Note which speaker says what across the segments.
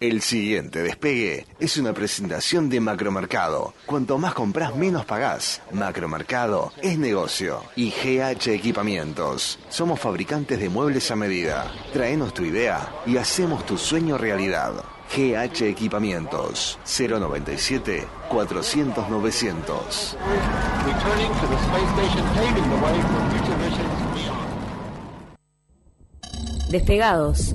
Speaker 1: El siguiente despegue es una presentación de Macromercado. Cuanto más compras, menos pagás. Macromercado es negocio. Y GH Equipamientos. Somos fabricantes de muebles a medida. Traenos tu idea y hacemos tu sueño realidad. GH Equipamientos 097 400 900.
Speaker 2: Returning to the space station, paving the way for future missions beyond.
Speaker 3: Despegados,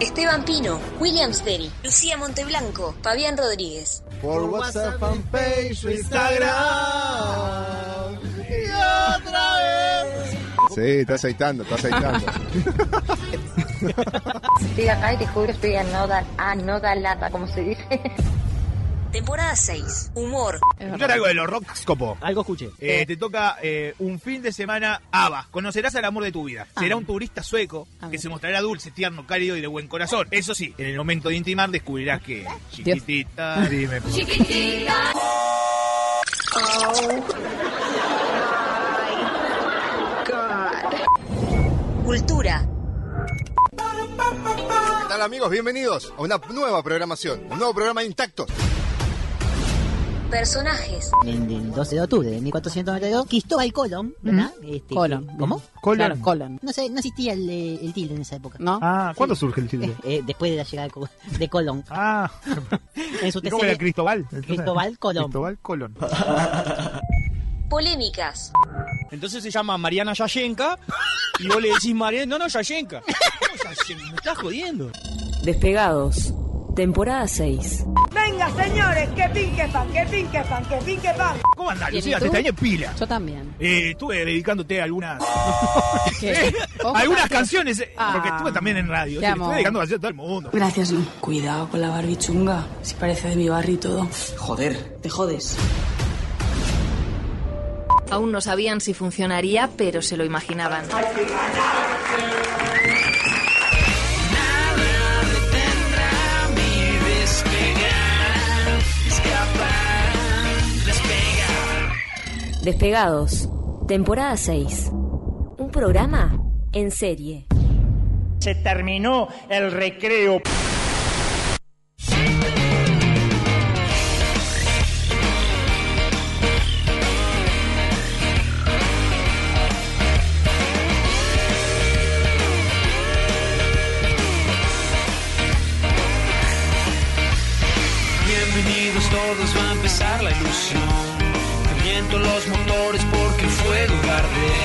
Speaker 3: Esteban Pino, Williams Ferry, Lucía Monteblanco, Fabián Rodríguez.
Speaker 4: Por WhatsApp, fanpage, su Instagram. Y otra vez. Sí, está aceitando, está aceitando.
Speaker 5: Estoy acá y te juro, estoy a no dar, a no dar lata, como se dice.
Speaker 3: Temporada 6. Humor.
Speaker 6: Escuchar algo de los rockscopo.
Speaker 7: Algo escuché.
Speaker 6: Eh, te toca eh, un fin de semana ABBA. Conocerás al amor de tu vida. Será un turista sueco
Speaker 8: Ah. A
Speaker 6: que
Speaker 8: ver.
Speaker 6: se mostrará dulce, tierno, cálido y de buen corazón. Eso sí, en el momento de intimar descubrirás que chiquitita, dime. por-
Speaker 5: Oh.
Speaker 3: Cultura.
Speaker 4: ¿Qué tal, amigos? Bienvenidos a una nueva programación. Un nuevo programa intacto.
Speaker 3: Personajes.
Speaker 9: En el 12 de octubre de 1492, Cristóbal Colón, ¿verdad? Este,
Speaker 8: Colón.
Speaker 9: ¿Cómo?
Speaker 8: Colón.
Speaker 9: Claro, Colón. No, sé, no existía el, eh, el tilde en esa época.
Speaker 8: ¿No?
Speaker 6: Ah, ¿cuándo
Speaker 9: Sí.
Speaker 6: surge el título?
Speaker 9: Eh, eh, después de la llegada de Co- de Colón.
Speaker 6: Ah,
Speaker 9: En su
Speaker 6: ¿y ¿cómo era
Speaker 9: tercera-
Speaker 6: Cristóbal?
Speaker 9: Cristóbal Colón.
Speaker 6: Cristóbal Colón.
Speaker 3: Polémicas.
Speaker 7: Entonces se llama Mariana Yayenka y vos le decís Mariana, no, no, Yayenka. ¿Cómo Yayenka? Me estás jodiendo.
Speaker 3: Despegados, temporada 6.
Speaker 10: Venga, señores, que pinque pan, que pinque pan, que pinque pan.
Speaker 6: ¿Cómo andás,
Speaker 8: Bien,
Speaker 6: Lucía?
Speaker 8: ¿y
Speaker 6: Te
Speaker 8: tú?
Speaker 6: extrañé pila.
Speaker 8: Yo también.
Speaker 6: este Eh, estuve dedicándote a algunas,
Speaker 8: ¿Qué? Ojo,
Speaker 6: algunas
Speaker 8: Martín.
Speaker 6: canciones, eh,
Speaker 8: Ah.
Speaker 6: porque estuve también en
Speaker 8: Te
Speaker 6: radio. sí, le
Speaker 8: amo.
Speaker 6: estuve dedicando canciones a todo el mundo.
Speaker 11: Gracias, Lu.
Speaker 12: Cuidado con la barbichunga, si parece de mi barrio y todo.
Speaker 11: Joder.
Speaker 12: Te jodes.
Speaker 3: Aún no sabían si funcionaría, pero se lo imaginaban. Despegados, temporada 6. Un programa en serie.
Speaker 10: Se terminó el recreo.
Speaker 13: Bienvenidos todos, va a empezar la ilusión. Caliento los motores porque el fuego arde.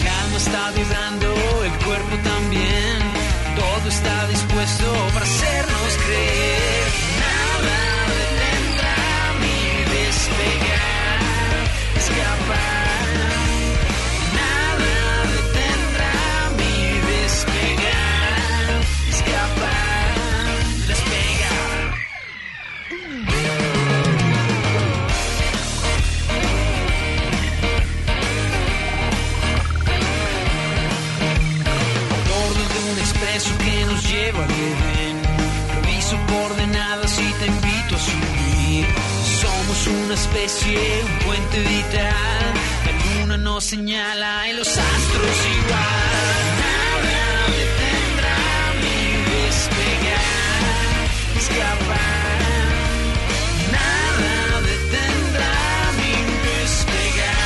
Speaker 13: El alma está vibrando, el cuerpo también. Todo está dispuesto para hacernos creer. Nada detendrá mi despegar, escapar. Nada detendrá mi despegar, escapar, despegar. bordo de un expreso que nos lleva al Edén. Reviso coordenadas y te invito a subir. Somos una especie, un puente vital. La luna nos señala y los astros igual. Nada detendrá mi despegar, escapar. Nada detendrá mi despegar.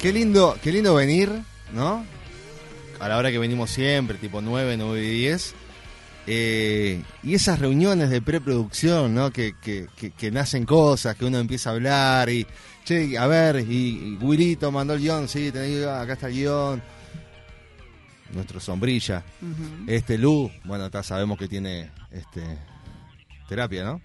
Speaker 4: Qué lindo, qué lindo venir, ¿no? A la hora que venimos siempre, tipo 9, 9 y 10. Eh, y esas reuniones de preproducción, ¿no? Que, que, que, que, nacen cosas, que uno empieza a hablar y, che, a ver, y, y Wilito mandó el guión, sí, tenés, ah, acá está el guión. Nuestro sombrilla. Uh -huh. Este Lu, bueno, ta, sabemos que tiene este terapia, ¿no?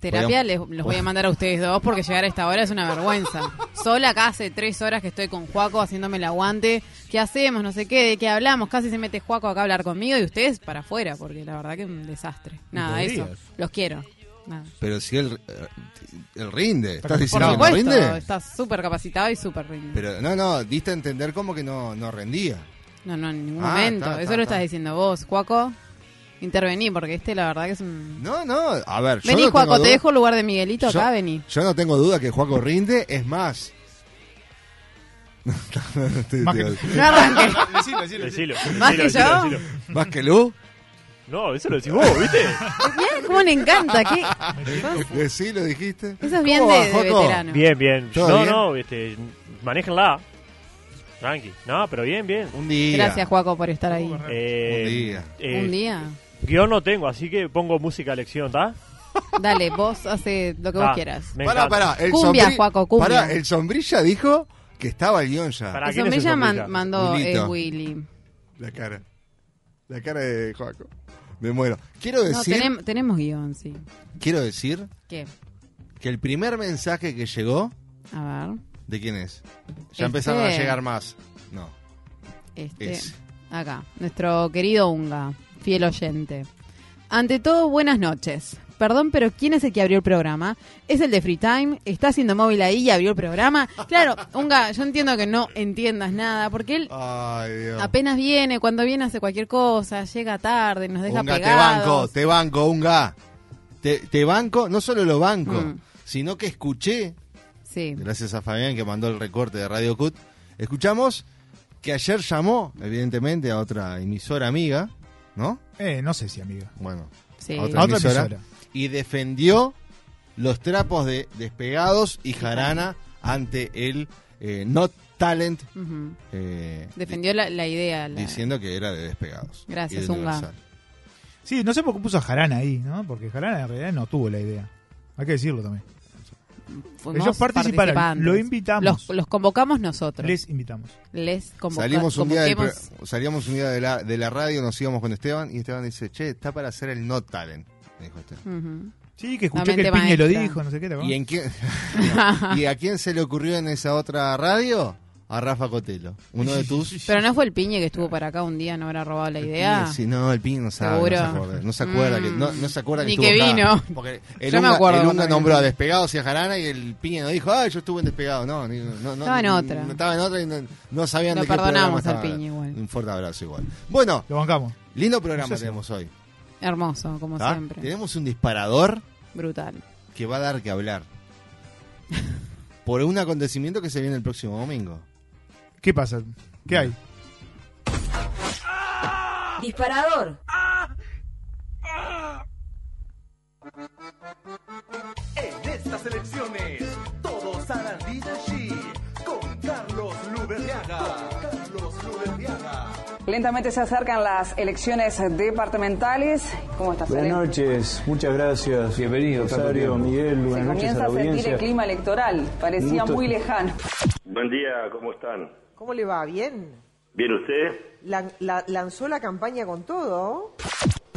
Speaker 14: Terapia les, los voy a mandar a ustedes dos porque llegar a esta hora es una vergüenza. Sola acá hace tres horas que estoy con Juaco haciéndome el aguante. ¿Qué hacemos? No sé qué, ¿de qué hablamos? Casi se mete Juaco acá a hablar conmigo y ustedes para afuera porque la verdad que es un desastre. Nada, ¿Podrías? eso. Los quiero. Nada.
Speaker 4: Pero si él, eh, él rinde, estás
Speaker 14: Por
Speaker 4: diciendo
Speaker 14: supuesto,
Speaker 4: que no rinde.
Speaker 14: Está súper capacitado y súper rinde.
Speaker 4: Pero no, no, diste a entender como que no, no rendía.
Speaker 14: No, no, en ningún ah, momento. Ta, ta, Eso lo estás ta. diciendo vos, Juaco intervení, porque este la verdad que es un...
Speaker 4: No, no, a ver...
Speaker 14: Vení,
Speaker 4: no
Speaker 14: Juaco, te dejo el lugar de Miguelito
Speaker 4: yo,
Speaker 14: acá, vení.
Speaker 4: Yo no tengo duda que Juaco rinde, es más...
Speaker 14: más que... No arranques.
Speaker 15: Decilo, decilo, decilo.
Speaker 14: ¿Más que yo?
Speaker 4: ¿Más que Lu?
Speaker 15: No, eso lo decís vos, ¿viste?
Speaker 14: Mirá cómo le encanta. ¿qué?
Speaker 4: Sí, lo dijiste.
Speaker 14: Eso es bien de, de, veterano.
Speaker 15: Bien, bien. No, bien? no, este, manéjenla. Tranqui. No, pero bien, bien.
Speaker 4: Un día.
Speaker 14: Gracias, Juaco, por estar ahí.
Speaker 15: Eh,
Speaker 4: un día.
Speaker 14: Eh, un día.
Speaker 15: Guión no tengo, así que pongo música a elección, ¿está?
Speaker 14: Dale, vos hace lo que
Speaker 15: Ta,
Speaker 14: vos quieras.
Speaker 4: Pará, pará. El
Speaker 14: cumbia, sombrí... Juaco, cumbia.
Speaker 4: Pará, eh, el sombrilla dijo que estaba el guión ya.
Speaker 15: Pará,
Speaker 14: el,
Speaker 15: ¿quién es el
Speaker 14: sombrilla,
Speaker 15: sombrilla?
Speaker 14: Man, mandó eh, Willy.
Speaker 4: La cara. La cara de Juaco. Me muero. Quiero decir... No,
Speaker 14: tenem, tenemos guión, sí.
Speaker 4: Quiero decir...
Speaker 14: ¿Qué?
Speaker 4: Que el primer mensaje que llegó...
Speaker 14: A ver.
Speaker 4: ¿De quién es? Ya este... empezaron a llegar más. No.
Speaker 14: Este. Es. Acá. Nuestro querido Unga fiel oyente. Ante todo, buenas noches. Perdón, pero ¿quién es el que abrió el programa? ¿Es el de Free Time? ¿Está haciendo móvil ahí y abrió el programa? Claro, Unga, yo entiendo que no entiendas nada, porque él
Speaker 7: Ah.
Speaker 4: Ay, Dios.
Speaker 14: apenas viene, cuando viene hace cualquier cosa, llega tarde, nos deja
Speaker 4: Unga,
Speaker 14: pegados.
Speaker 4: te banco, te banco, Unga. Te, te banco, no solo lo banco, mm. sino que escuché,
Speaker 14: sí.
Speaker 4: gracias a Fabián que mandó el recorte de Radio Cut, escuchamos que ayer llamó, evidentemente, a otra emisora amiga, ¿no?
Speaker 7: Eh, no sé si amiga.
Speaker 4: Bueno,
Speaker 14: sí.
Speaker 4: a otra, a otra emisora, emisora. Y defendió los trapos de Despegados y Jarana ante el eh, Not Talent.
Speaker 14: Uh -huh. eh, defendió la, la idea. La...
Speaker 4: Diciendo que era de Despegados.
Speaker 14: Gracias, de Unga.
Speaker 7: Sí, no sé por qué puso a Jarana ahí, ¿no? Porque Jarana en realidad no tuvo la idea. Hay que decirlo también.
Speaker 14: Fuimos
Speaker 7: Ellos participaron, lo invitamos.
Speaker 14: Los, los, convocamos nosotros.
Speaker 7: Les invitamos.
Speaker 14: Les
Speaker 4: Salimos un, día del, salíamos un día de la, de la radio, nos íbamos con Esteban y Esteban dice, che, está para hacer el Not Talent, me dijo Esteban.
Speaker 14: Uh -huh.
Speaker 7: Sí, que escuché que el piñe lo dijo, no sé qué. ¿te
Speaker 4: ¿Y, en quién, ¿Y a quién se le ocurrió en esa otra radio? A Rafa Cotelo, uno de tus...
Speaker 14: Pero no fue el piñe que estuvo para acá un día, no habrá robado la idea.
Speaker 4: Sí, no, el piñe no sabe, no se acuerda, no se acuerda,
Speaker 14: Mm.
Speaker 4: que, no, no se acuerda
Speaker 14: Ni
Speaker 4: que, estuvo
Speaker 14: que
Speaker 4: acá.
Speaker 14: vino.
Speaker 4: Porque el
Speaker 14: Yo me
Speaker 4: Unga-
Speaker 14: acuerdo
Speaker 4: el
Speaker 14: cuando
Speaker 4: Unga
Speaker 14: vino.
Speaker 4: nombró a Despegados y a Jarana y el piñe no dijo, ah, yo estuve en Despegado, no, ni- no, no
Speaker 14: Estaba en
Speaker 4: no-
Speaker 14: otra.
Speaker 4: no estaba en otra y no, no sabían
Speaker 14: Lo
Speaker 4: de qué programa
Speaker 14: perdonamos al
Speaker 4: estaba
Speaker 14: piñe
Speaker 4: hablando.
Speaker 14: igual.
Speaker 4: Un fuerte abrazo igual. Bueno,
Speaker 7: Lo bancamos.
Speaker 4: lindo programa
Speaker 7: No sé si-
Speaker 4: tenemos hoy.
Speaker 14: Hermoso, como
Speaker 6: ¿Ah?
Speaker 4: ¿tá?
Speaker 14: siempre.
Speaker 4: Tenemos un disparador
Speaker 14: Brutal.
Speaker 4: que va a dar que hablar. Por un acontecimiento que se viene el próximo domingo.
Speaker 7: ¿Qué pasa? ¿Qué hay?
Speaker 3: Disparador.
Speaker 16: En estas elecciones, todos harán DJ con Carlos Luberriaga. Carlos Luberriaga.
Speaker 17: Lentamente se acercan las elecciones departamentales. ¿Cómo estás,
Speaker 18: Buenas
Speaker 17: Fede?
Speaker 18: noches, muchas gracias.
Speaker 19: Bienvenido, tanto
Speaker 18: Rosario,
Speaker 19: tiempo.
Speaker 18: Miguel, buenas noches
Speaker 17: Se
Speaker 18: a
Speaker 17: comienza
Speaker 18: la
Speaker 17: a sentir el
Speaker 18: audiencia.
Speaker 17: clima electoral.
Speaker 18: Un
Speaker 17: Parecía
Speaker 18: gusto.
Speaker 17: muy lejano.
Speaker 19: Buen día, ¿cómo están?
Speaker 20: ¿Cómo le va? ¿Bien?
Speaker 19: ¿Bien usted?
Speaker 20: Lan- la- lanzó la campaña con todo.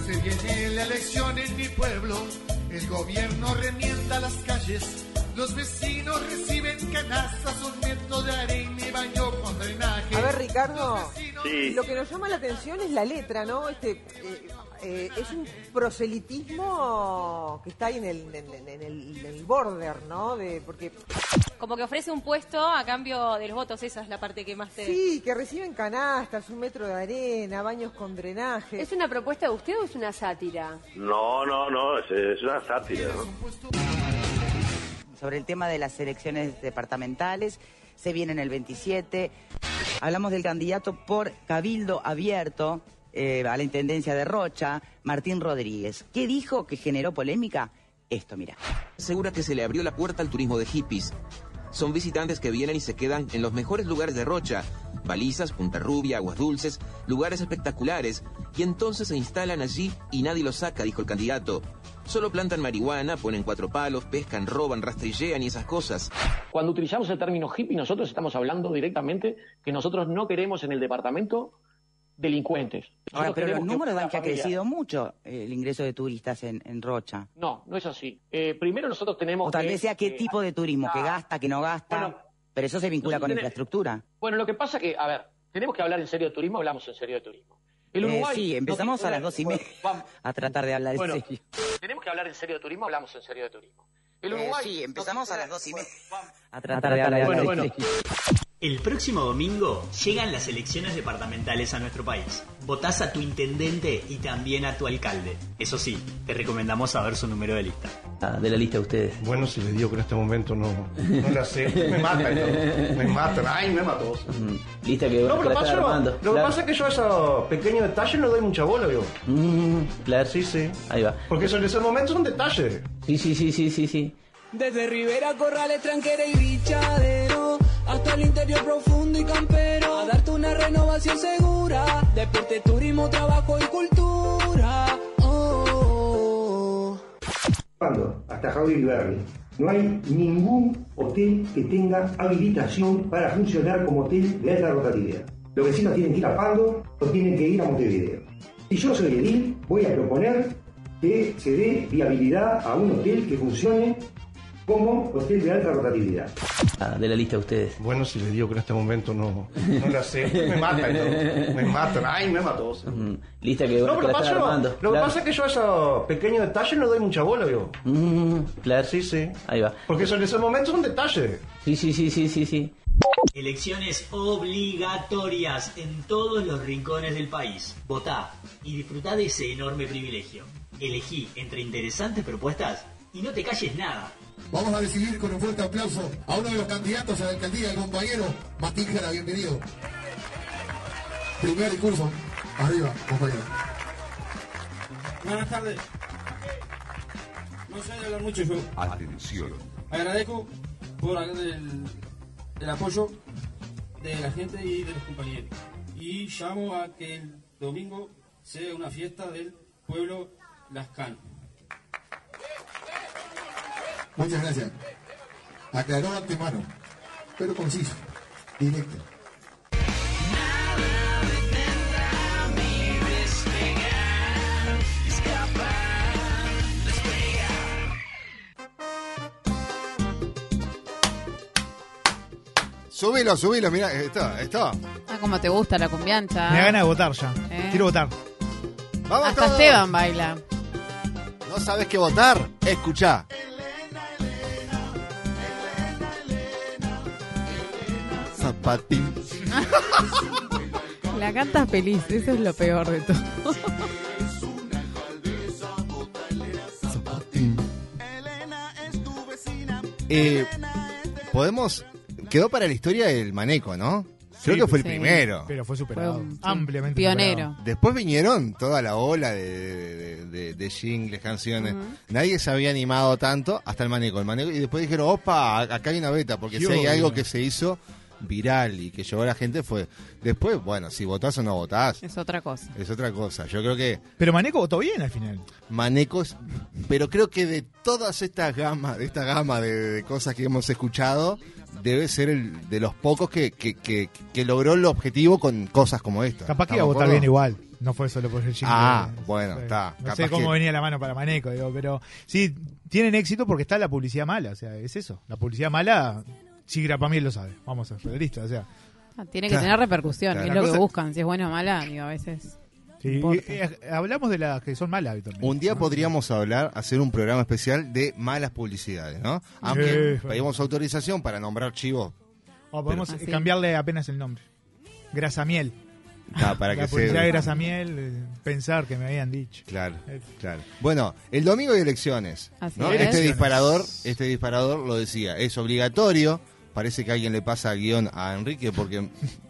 Speaker 21: Se viene la elección en mi pueblo, el gobierno remienda las calles, los vecinos reciben canastas, un metro de arena y baño con drenaje.
Speaker 20: A ver, Ricardo,
Speaker 19: Sí.
Speaker 20: lo que nos llama la atención es la letra, ¿no? Este eh, eh, Es un proselitismo que está ahí en el, en, en- en el, en el border, ¿no? De, porque
Speaker 22: Como que ofrece un puesto a cambio de los votos, esa es la parte que más te...
Speaker 20: sí, que reciben canastas, un metro de arena, baños con drenaje.
Speaker 22: ¿Es una propuesta de usted o es una sátira?
Speaker 19: No, no, no, es, es una sátira, ¿no?
Speaker 23: sobre el tema de las elecciones departamentales. Se vienen el 27. Hablamos del candidato por Cabildo Abierto eh, a la Intendencia de Rocha, Martín Rodríguez. ¿Qué dijo que generó polémica? Esto, mira.
Speaker 24: asegura que se le abrió la puerta al turismo de hippies. Son visitantes que vienen y se quedan en los mejores lugares de Rocha,
Speaker 1: Balizas, Punta Rubia, Aguas Dulces, lugares espectaculares, y entonces se instalan allí y nadie los saca, dijo el candidato. Solo plantan marihuana, ponen cuatro palos, pescan, roban, rastrillean y esas cosas.
Speaker 2: Cuando utilizamos el término hippie, nosotros estamos hablando directamente que nosotros no queremos en el departamento delincuentes.
Speaker 23: Ahora, pero
Speaker 2: Nosotros
Speaker 23: los
Speaker 2: queremos que
Speaker 23: números
Speaker 2: una
Speaker 23: dan que ha
Speaker 2: familia-
Speaker 23: crecido mucho eh, el ingreso de turistas en, en Rocha.
Speaker 2: No, no es así. Eh, primero nosotros tenemos
Speaker 23: O tal
Speaker 2: que,
Speaker 23: vez sea qué
Speaker 2: eh,
Speaker 23: tipo de turismo, que gasta, que no gasta, pero eso se vincula con
Speaker 2: tiene-
Speaker 23: infraestructura.
Speaker 2: Bueno, lo que pasa que, a ver, tenemos que hablar en serio de turismo, hablamos en serio de turismo. El
Speaker 23: Eh,
Speaker 2: Uruguay
Speaker 23: sí,
Speaker 2: no
Speaker 23: empezamos
Speaker 2: tiene
Speaker 23: a las
Speaker 2: una-
Speaker 23: dos y media
Speaker 2: Vamos,
Speaker 23: a tratar de hablar en
Speaker 2: Bueno,
Speaker 23: serio.
Speaker 2: tenemos que hablar en serio de turismo, hablamos en serio de turismo. El
Speaker 23: Eh,
Speaker 2: Uruguay
Speaker 23: sí, empezamos a las dos y media.
Speaker 25: A
Speaker 23: tratar de hablar de este
Speaker 25: bueno,
Speaker 23: la
Speaker 25: bueno. El próximo domingo llegan las elecciones departamentales a nuestro país. Votás a tu intendente y también a tu alcalde. Eso sí, te recomendamos saber su número de lista.
Speaker 26: Ah, de la lista de ustedes.
Speaker 27: Bueno, si les digo que en este momento no, no la sé, me matan, ¿no? me matan, ay, me mató.
Speaker 26: Lista que
Speaker 27: No,
Speaker 26: que
Speaker 27: pero
Speaker 26: la
Speaker 27: pasa,
Speaker 26: están
Speaker 27: lo,
Speaker 26: armando.
Speaker 27: lo que
Speaker 26: Claro.
Speaker 27: pasa es que yo a esos pequeños detalles no doy mucha bola, yo.
Speaker 26: Mm, Claro. Sí, sí. Ahí va.
Speaker 27: Porque eso en ese momento son detalles.
Speaker 26: Sí, sí, sí, sí, sí, sí.
Speaker 5: Desde Rivera, Corrales, Tranquera y Bichadero Hasta el interior profundo y campero A darte una renovación segura Deporte, turismo, trabajo y cultura Oh, oh, Cuando hasta Javier Berry. No hay ningún hotel que tenga habilitación para funcionar como hotel de alta rotatividad. Los vecinos tienen que ir a Pando o tienen que ir a Montevideo. Si yo soy edil, voy a proponer que se dé viabilidad a un hotel que funcione como hotel de alta rotatividad.
Speaker 26: Ah, de la lista de ustedes.
Speaker 27: Bueno, si les digo que en este momento no, no la sé, me matan, ¿no? me matan, ay, me mató.
Speaker 26: Lista que
Speaker 27: No,
Speaker 26: que
Speaker 27: pero
Speaker 26: la
Speaker 27: pasa,
Speaker 26: están
Speaker 27: lo,
Speaker 26: armando.
Speaker 27: lo que
Speaker 26: Claro.
Speaker 27: pasa es que yo a esos pequeños detalles no doy mucha bola, yo.
Speaker 26: Mm, Claro. Sí, sí. Ahí va.
Speaker 27: Porque eso en ese momento son detalles.
Speaker 26: Sí, sí, sí, sí, sí, sí.
Speaker 25: Elecciones obligatorias en todos los rincones del país. Votá y disfrutá de ese enorme privilegio. Elegí entre interesantes propuestas y no te calles nada.
Speaker 24: Vamos a recibir con un fuerte aplauso a uno de los candidatos a la alcaldía, el compañero Matín Jara, bienvenido. Primer discurso. Arriba, compañero.
Speaker 28: Buenas tardes. No sé hablar mucho yo.
Speaker 29: Atención.
Speaker 28: Agradezco por el, el apoyo de la gente y de los compañeros. Y llamo a que el domingo sea una fiesta del pueblo Lascano.
Speaker 24: Muchas gracias. Aclaró de antemano, pero conciso, directo.
Speaker 13: Despegar, escapar, despegar.
Speaker 4: Subilo, subilo, mirá, está, está.
Speaker 14: Ah, como te gusta la cumbiancha.
Speaker 6: Me da ganas de votar ya.
Speaker 14: Eh.
Speaker 6: Quiero votar.
Speaker 4: Vamos
Speaker 14: Hasta
Speaker 4: todos.
Speaker 14: Esteban baila.
Speaker 4: No sabes qué votar, escuchá. Zapatín.
Speaker 14: La canta feliz, eso es lo peor de todo.
Speaker 4: Eh, Podemos. Quedó para la historia el maneco, ¿no? Creo que fue el
Speaker 14: Sí.
Speaker 4: primero.
Speaker 6: Pero fue superado. Ampliamente.
Speaker 14: Pionero.
Speaker 4: Después vinieron toda la ola de, de, de- de jingles, canciones.
Speaker 14: Ujú.
Speaker 4: Nadie se había animado tanto hasta el maneco. El maneco y después dijeron, opa, acá hay una beta, porque si
Speaker 6: Yo,
Speaker 4: hay algo
Speaker 6: yo.
Speaker 4: que se hizo viral y que llevó a la gente fue... Después, bueno, si votás o no votás,
Speaker 14: Es otra cosa.
Speaker 4: es otra cosa. Yo creo que
Speaker 6: Pero Maneco votó bien al final.
Speaker 4: manecos, pero creo que de todas estas gamas, de esta gama de, de cosas que hemos escuchado, debe ser el de los pocos que, que, que- que logró el objetivo con cosas como esta.
Speaker 6: Capaz que iba a
Speaker 4: ¿Estamos de
Speaker 6: votar
Speaker 4: acuerdo?
Speaker 6: bien igual. No fue solo por el chingo.
Speaker 4: Ah, bueno, está.
Speaker 6: No
Speaker 4: Capaz
Speaker 6: sé cómo
Speaker 4: que-
Speaker 6: venía la mano para Maneco, digo, pero sí, tienen éxito porque está la publicidad mala, o sea, es eso. La publicidad mala, Chigra Pamiel lo sabe. Vamos a ser realistas, o sea.
Speaker 14: Ah, Tiene que
Speaker 6: Claro.
Speaker 14: tener repercusión, es
Speaker 6: Claro. La
Speaker 14: lo
Speaker 6: cosa-
Speaker 14: que buscan, si es bueno o mala, digo, a veces.
Speaker 6: Sí, y- eh, hablamos de las que son malas, Víctor.
Speaker 4: Un día podríamos hablar, hacer un programa especial de malas publicidades, ¿no? Aunque
Speaker 6: Sí.
Speaker 4: pedimos autorización para nombrar chivos.
Speaker 6: O podemos
Speaker 4: Pero-
Speaker 6: eh, cambiarle apenas el nombre. Grasa miel.
Speaker 4: Ah, para
Speaker 6: la
Speaker 4: que
Speaker 6: publicidad de
Speaker 4: se...
Speaker 6: grasa miel, eh, pensar que me habían dicho.
Speaker 4: Claro, claro. Bueno, el domingo hay elecciones.
Speaker 6: Así
Speaker 4: ¿no?
Speaker 6: es.
Speaker 4: Este
Speaker 6: Elecciones.
Speaker 4: disparador, este disparador lo decía, es obligatorio, Parece que alguien le pasa guión a Enrique porque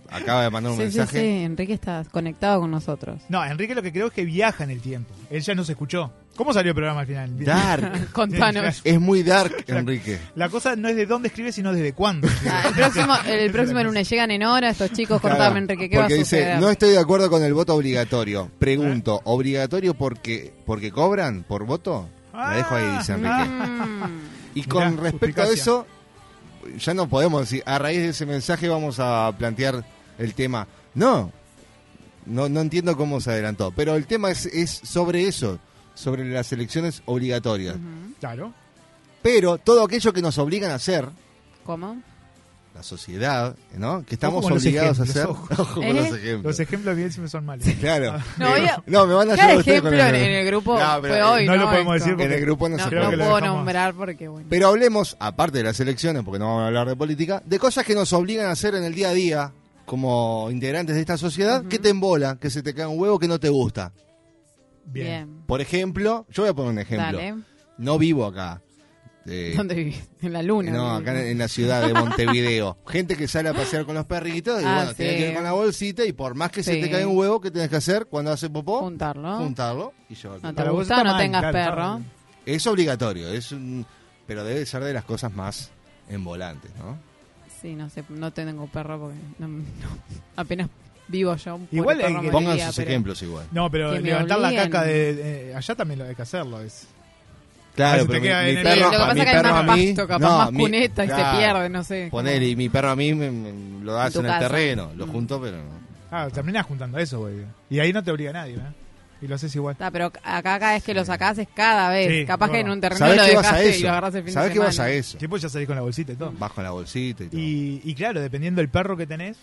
Speaker 4: acaba de mandar un
Speaker 14: Sí, sí,
Speaker 4: mensaje.
Speaker 14: sí, Enrique está conectado con nosotros.
Speaker 6: No, Enrique lo que creo es que viaja en el tiempo. Él ya no se escuchó. ¿Cómo salió el programa al final?
Speaker 4: Dark.
Speaker 14: Contanos.
Speaker 4: Es muy dark, Enrique.
Speaker 6: La cosa no es de dónde escribe, sino desde cuándo.
Speaker 14: El próximo, el próximo lunes llegan en hora estos chicos,
Speaker 4: Claro,
Speaker 14: cortame Enrique, ¿qué va a
Speaker 4: porque
Speaker 14: suceder?
Speaker 4: dice, no estoy de acuerdo con el voto obligatorio. Pregunto, ¿obligatorio porque, porque cobran por voto? La dejo ahí,
Speaker 13: Ah,
Speaker 4: dice Enrique.
Speaker 14: Mm,
Speaker 4: Y con
Speaker 6: Mirá,
Speaker 4: respecto a
Speaker 6: suspicacia.
Speaker 4: eso, ya no podemos decir, a raíz de ese mensaje vamos a plantear el tema. No, no, no entiendo cómo se adelantó, pero el tema es, es sobre eso, sobre las elecciones obligatorias.
Speaker 6: Claro.
Speaker 4: Pero todo aquello que nos obligan a hacer,
Speaker 14: ¿Cómo?
Speaker 4: la sociedad, ¿no? Que estamos
Speaker 6: Ojo con los
Speaker 4: obligados a
Speaker 6: ejemplos,
Speaker 4: hacer.
Speaker 6: ojo. ¿Eh?
Speaker 4: Ojo con los ejemplos.
Speaker 6: Los ejemplos Ah. bien siempre son malos.
Speaker 4: Claro.
Speaker 14: No, voy a-
Speaker 4: No, me van a
Speaker 14: Cada
Speaker 4: ayudar ustedes con
Speaker 14: ejemplo en en el grupo
Speaker 4: No, pero
Speaker 14: fue hoy.
Speaker 6: no lo podemos
Speaker 14: Esto.
Speaker 6: decir porque-
Speaker 4: En el grupo no,
Speaker 14: No,
Speaker 4: se
Speaker 14: no
Speaker 4: puede.
Speaker 14: puedo nombrar porque, bueno.
Speaker 4: Pero hablemos, aparte de las elecciones, porque no vamos a hablar de política, de cosas que nos obligan a hacer en el día a día como integrantes de esta sociedad, que te embola, que se te cae un huevo que no te gusta.
Speaker 14: Bien.
Speaker 4: Por ejemplo, yo voy a poner un ejemplo.
Speaker 14: Dale.
Speaker 4: No vivo acá. Eh,
Speaker 14: ¿Dónde vivís? En la luna.
Speaker 4: No,
Speaker 14: vivís.
Speaker 4: acá en, en la ciudad de Montevideo. Gente que sale a pasear con los perritos y
Speaker 14: Ah,
Speaker 4: bueno, tiene
Speaker 14: sí.
Speaker 4: que ir con la bolsita y por más que se
Speaker 14: Sí.
Speaker 4: te caiga un huevo, ¿qué tienes que hacer cuando hace popó?
Speaker 14: Juntarlo.
Speaker 4: Juntarlo y llevarlo.
Speaker 14: No te gusta, no tengas perro.
Speaker 4: Es obligatorio, es un- pero debe ser de las cosas más envolantes, ¿no?
Speaker 14: Sí, no sé, no tengo perro porque no- no, apenas vivo yo. un
Speaker 6: Igual
Speaker 14: pobre
Speaker 6: hay
Speaker 14: perro
Speaker 6: que-
Speaker 14: me
Speaker 4: Pongan
Speaker 14: guía,
Speaker 4: sus
Speaker 14: pero-
Speaker 4: ejemplos igual.
Speaker 6: No, pero
Speaker 14: Que me
Speaker 6: levantar la
Speaker 14: obliguen.
Speaker 6: caca de, eh, allá también lo hay que hacerlo. Es.
Speaker 4: Claro,
Speaker 6: Parece
Speaker 4: pero
Speaker 6: que
Speaker 4: mi,
Speaker 6: queda
Speaker 4: mi
Speaker 6: en el-
Speaker 4: perro,
Speaker 6: Lo que pasa
Speaker 4: mi
Speaker 6: es que hay
Speaker 4: perro
Speaker 6: más
Speaker 4: a mí,
Speaker 14: pasto, capaz, más cuneta y se pierde, no sé,
Speaker 4: Poner,
Speaker 14: como-
Speaker 4: y mi perro a mí me- me- lo das
Speaker 14: tu
Speaker 4: en, el
Speaker 14: casa.
Speaker 4: terreno, lo junto, pero no.
Speaker 6: Ah, terminás juntando eso, güey. Y ahí no te obliga nadie, ¿eh? Y lo haces igual.
Speaker 14: Está, pero acá cada vez que lo sacás es cada vez.
Speaker 6: Sí,
Speaker 14: Capaz que
Speaker 6: bueno.
Speaker 14: en un terreno
Speaker 4: ¿Sabés
Speaker 14: lo
Speaker 4: que vas a
Speaker 14: dejaste y
Speaker 4: eso?
Speaker 14: lo agarraste el fin
Speaker 4: ¿Sabés
Speaker 14: de
Speaker 4: que
Speaker 14: semana.
Speaker 4: vas a eso?
Speaker 6: Tipo ya salís con la bolsita y todo.
Speaker 4: Vas con la bolsita y todo.
Speaker 6: Y, y claro, dependiendo del perro que tenés,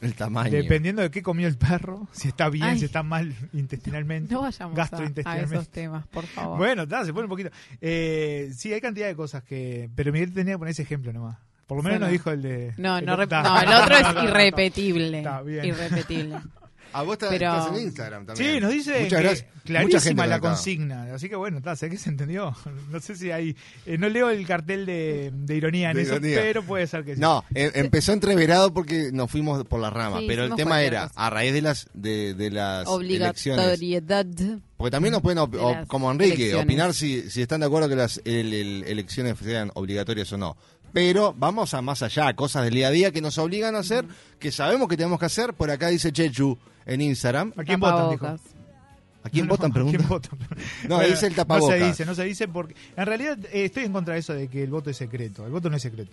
Speaker 4: El tamaño.
Speaker 6: dependiendo de qué comió el perro, si está bien,
Speaker 14: Ay.
Speaker 6: si está mal intestinalmente,
Speaker 14: No vayamos a- a,
Speaker 6: gastrointestinalmente.
Speaker 14: esos temas, por favor.
Speaker 6: Bueno, está, se pone un poquito. Eh, sí, hay cantidad de cosas que. Pero Miguel tenía que poner ese ejemplo nomás. Por lo menos
Speaker 14: Bueno.
Speaker 6: nos dijo el de.
Speaker 14: No,
Speaker 6: el
Speaker 14: no,
Speaker 6: otro-
Speaker 14: rep-
Speaker 6: está.
Speaker 14: no, el otro
Speaker 6: No, no,
Speaker 14: es
Speaker 6: no,
Speaker 14: irrepetible.
Speaker 6: Está bien.
Speaker 14: Irrepetible.
Speaker 4: A vos estás,
Speaker 14: Pero-
Speaker 4: estás en Instagram también.
Speaker 6: Sí, nos dice
Speaker 4: Muchas
Speaker 6: que
Speaker 4: gracias.
Speaker 6: clarísima
Speaker 4: Mucha gente
Speaker 6: la
Speaker 4: conectada.
Speaker 6: consigna. Así que bueno, está, sé que se entendió. No sé si hay... eh, no leo el cartel de, de ironía en
Speaker 4: De
Speaker 6: eso,
Speaker 4: ironía.
Speaker 6: pero puede ser que sí.
Speaker 4: No, em- empezó entreverado porque nos fuimos por las ramas,
Speaker 14: Sí,
Speaker 4: pero el
Speaker 14: hicimos
Speaker 4: tema
Speaker 14: cualquier
Speaker 4: era
Speaker 14: cosa.
Speaker 4: a raíz de las de, de las elecciones.
Speaker 14: Obligatoriedad.
Speaker 4: Porque también nos pueden, op-
Speaker 14: De
Speaker 4: op-
Speaker 14: las
Speaker 4: como Enrique,
Speaker 14: elecciones.
Speaker 4: opinar si, si están de acuerdo que las el- el- elecciones sean obligatorias o no. Pero vamos a más allá, cosas del día a día que nos obligan a hacer, que sabemos que tenemos que hacer. Por acá dice Chechu en Instagram.
Speaker 6: ¿A quién votan? Dijo.
Speaker 14: Tapabocas.
Speaker 4: ¿A quién
Speaker 6: No, no,
Speaker 4: votan?
Speaker 6: ¿a quién
Speaker 4: Pregunta.
Speaker 6: votan?
Speaker 4: No,
Speaker 6: Bueno,
Speaker 4: dice el
Speaker 6: No se
Speaker 4: tapabocas.
Speaker 6: dice, no se dice porque... En realidad eh, estoy en contra de eso de que el voto es secreto. El voto no es secreto.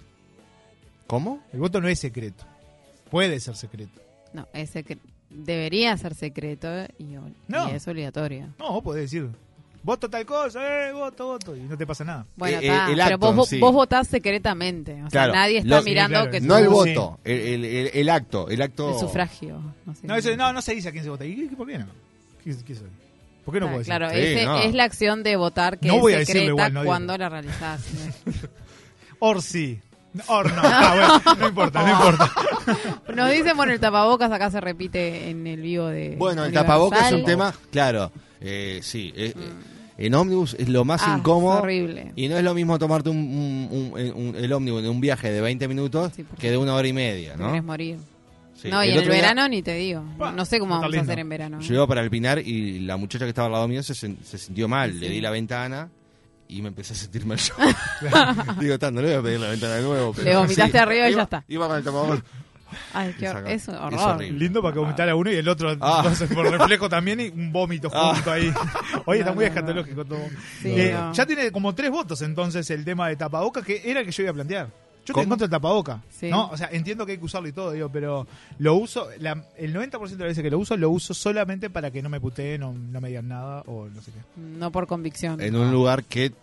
Speaker 4: ¿Cómo?
Speaker 6: El voto no es secreto. Puede ser secreto.
Speaker 14: No, es secre- debería ser secreto y, ol-
Speaker 6: No.
Speaker 14: y es obligatorio.
Speaker 6: No, vos podés decir, voto tal cosa, eh, voto, voto, y no te pasa nada.
Speaker 14: Bueno,
Speaker 4: Eh, eh,
Speaker 14: está,
Speaker 4: el
Speaker 14: Ah, pero
Speaker 4: acto,
Speaker 14: vos, vos-
Speaker 4: sí.
Speaker 14: vos votás secretamente. O sea,
Speaker 4: Claro,
Speaker 14: nadie está
Speaker 4: lo-
Speaker 14: mirando
Speaker 6: Sí, claro,
Speaker 14: que
Speaker 4: No
Speaker 14: tú-
Speaker 4: el voto, el, el- el- el acto, el acto.
Speaker 14: El sufragio. No, sé.
Speaker 6: No, eso- no, no se dice a quién se vota. ¿Y qué- por qué no? ¿Qué, qué soy? ¿Por qué no
Speaker 14: Ah,
Speaker 6: puedo decir?
Speaker 14: claro,
Speaker 4: Sí,
Speaker 14: ese-
Speaker 4: no.
Speaker 14: es la acción de votar que
Speaker 6: No voy a
Speaker 14: es
Speaker 6: decirlo
Speaker 14: secreta
Speaker 6: igual, no digo.
Speaker 14: cuando la realizás.
Speaker 6: Orsi. Or no. Ah, bueno, no importa, no importa.
Speaker 14: Nos dicen, bueno, el tapabocas acá se repite en el vivo de.
Speaker 4: Bueno, el
Speaker 14: Universal.
Speaker 4: tapabocas es un tema, claro, eh, sí. eh, eh, En ómnibus es lo más
Speaker 14: Mm. Ah, es
Speaker 4: incómodo.
Speaker 14: horrible.
Speaker 4: Y no es lo mismo tomarte un, un- un- un- el ómnibus de un viaje de 20 minutos que de una hora y media,
Speaker 14: Te querés
Speaker 4: ¿no?
Speaker 14: morir.
Speaker 4: Sí.
Speaker 14: No, y
Speaker 4: El
Speaker 14: en el
Speaker 4: otro día-
Speaker 14: verano ni te digo. No, no sé cómo
Speaker 6: está
Speaker 14: vamos a
Speaker 6: lindo.
Speaker 14: hacer en verano.
Speaker 4: Yo iba para el Pinar y la muchacha que estaba al lado mío se, sen- se sintió mal. Le di la ventana y me empecé a sentir mal yo. Digo, tanto, no le voy a pedir la ventana de nuevo. Pero
Speaker 14: Le vomitaste arriba y
Speaker 4: Iba-
Speaker 14: ya está.
Speaker 4: Iba con el tapabocas.
Speaker 14: Ay, qué hor-
Speaker 4: Exacto.
Speaker 14: es un
Speaker 4: Es
Speaker 14: horror.
Speaker 4: horrible.
Speaker 6: Lindo para que vomitara uno y el otro
Speaker 4: Ah.
Speaker 6: entonces, por reflejo también y un vómito
Speaker 4: Ah.
Speaker 6: junto ahí. Oye, está
Speaker 14: No,
Speaker 6: muy
Speaker 14: no, no.
Speaker 6: escatológico todo.
Speaker 14: Sí,
Speaker 6: Eh,
Speaker 14: no.
Speaker 6: Ya tiene como tres votos entonces el tema de tapabocas, que era el que yo iba a plantear. Yo
Speaker 4: ¿Cómo?
Speaker 6: te encuentro el tapabocas.
Speaker 14: Sí.
Speaker 6: ¿no? O sea, entiendo que hay que usarlo y todo, digo, pero lo uso, la- el 90% de las veces que lo uso, lo uso solamente para que no me puteen o no me digan nada o no sé qué.
Speaker 14: No por convicción.
Speaker 4: En un lugar que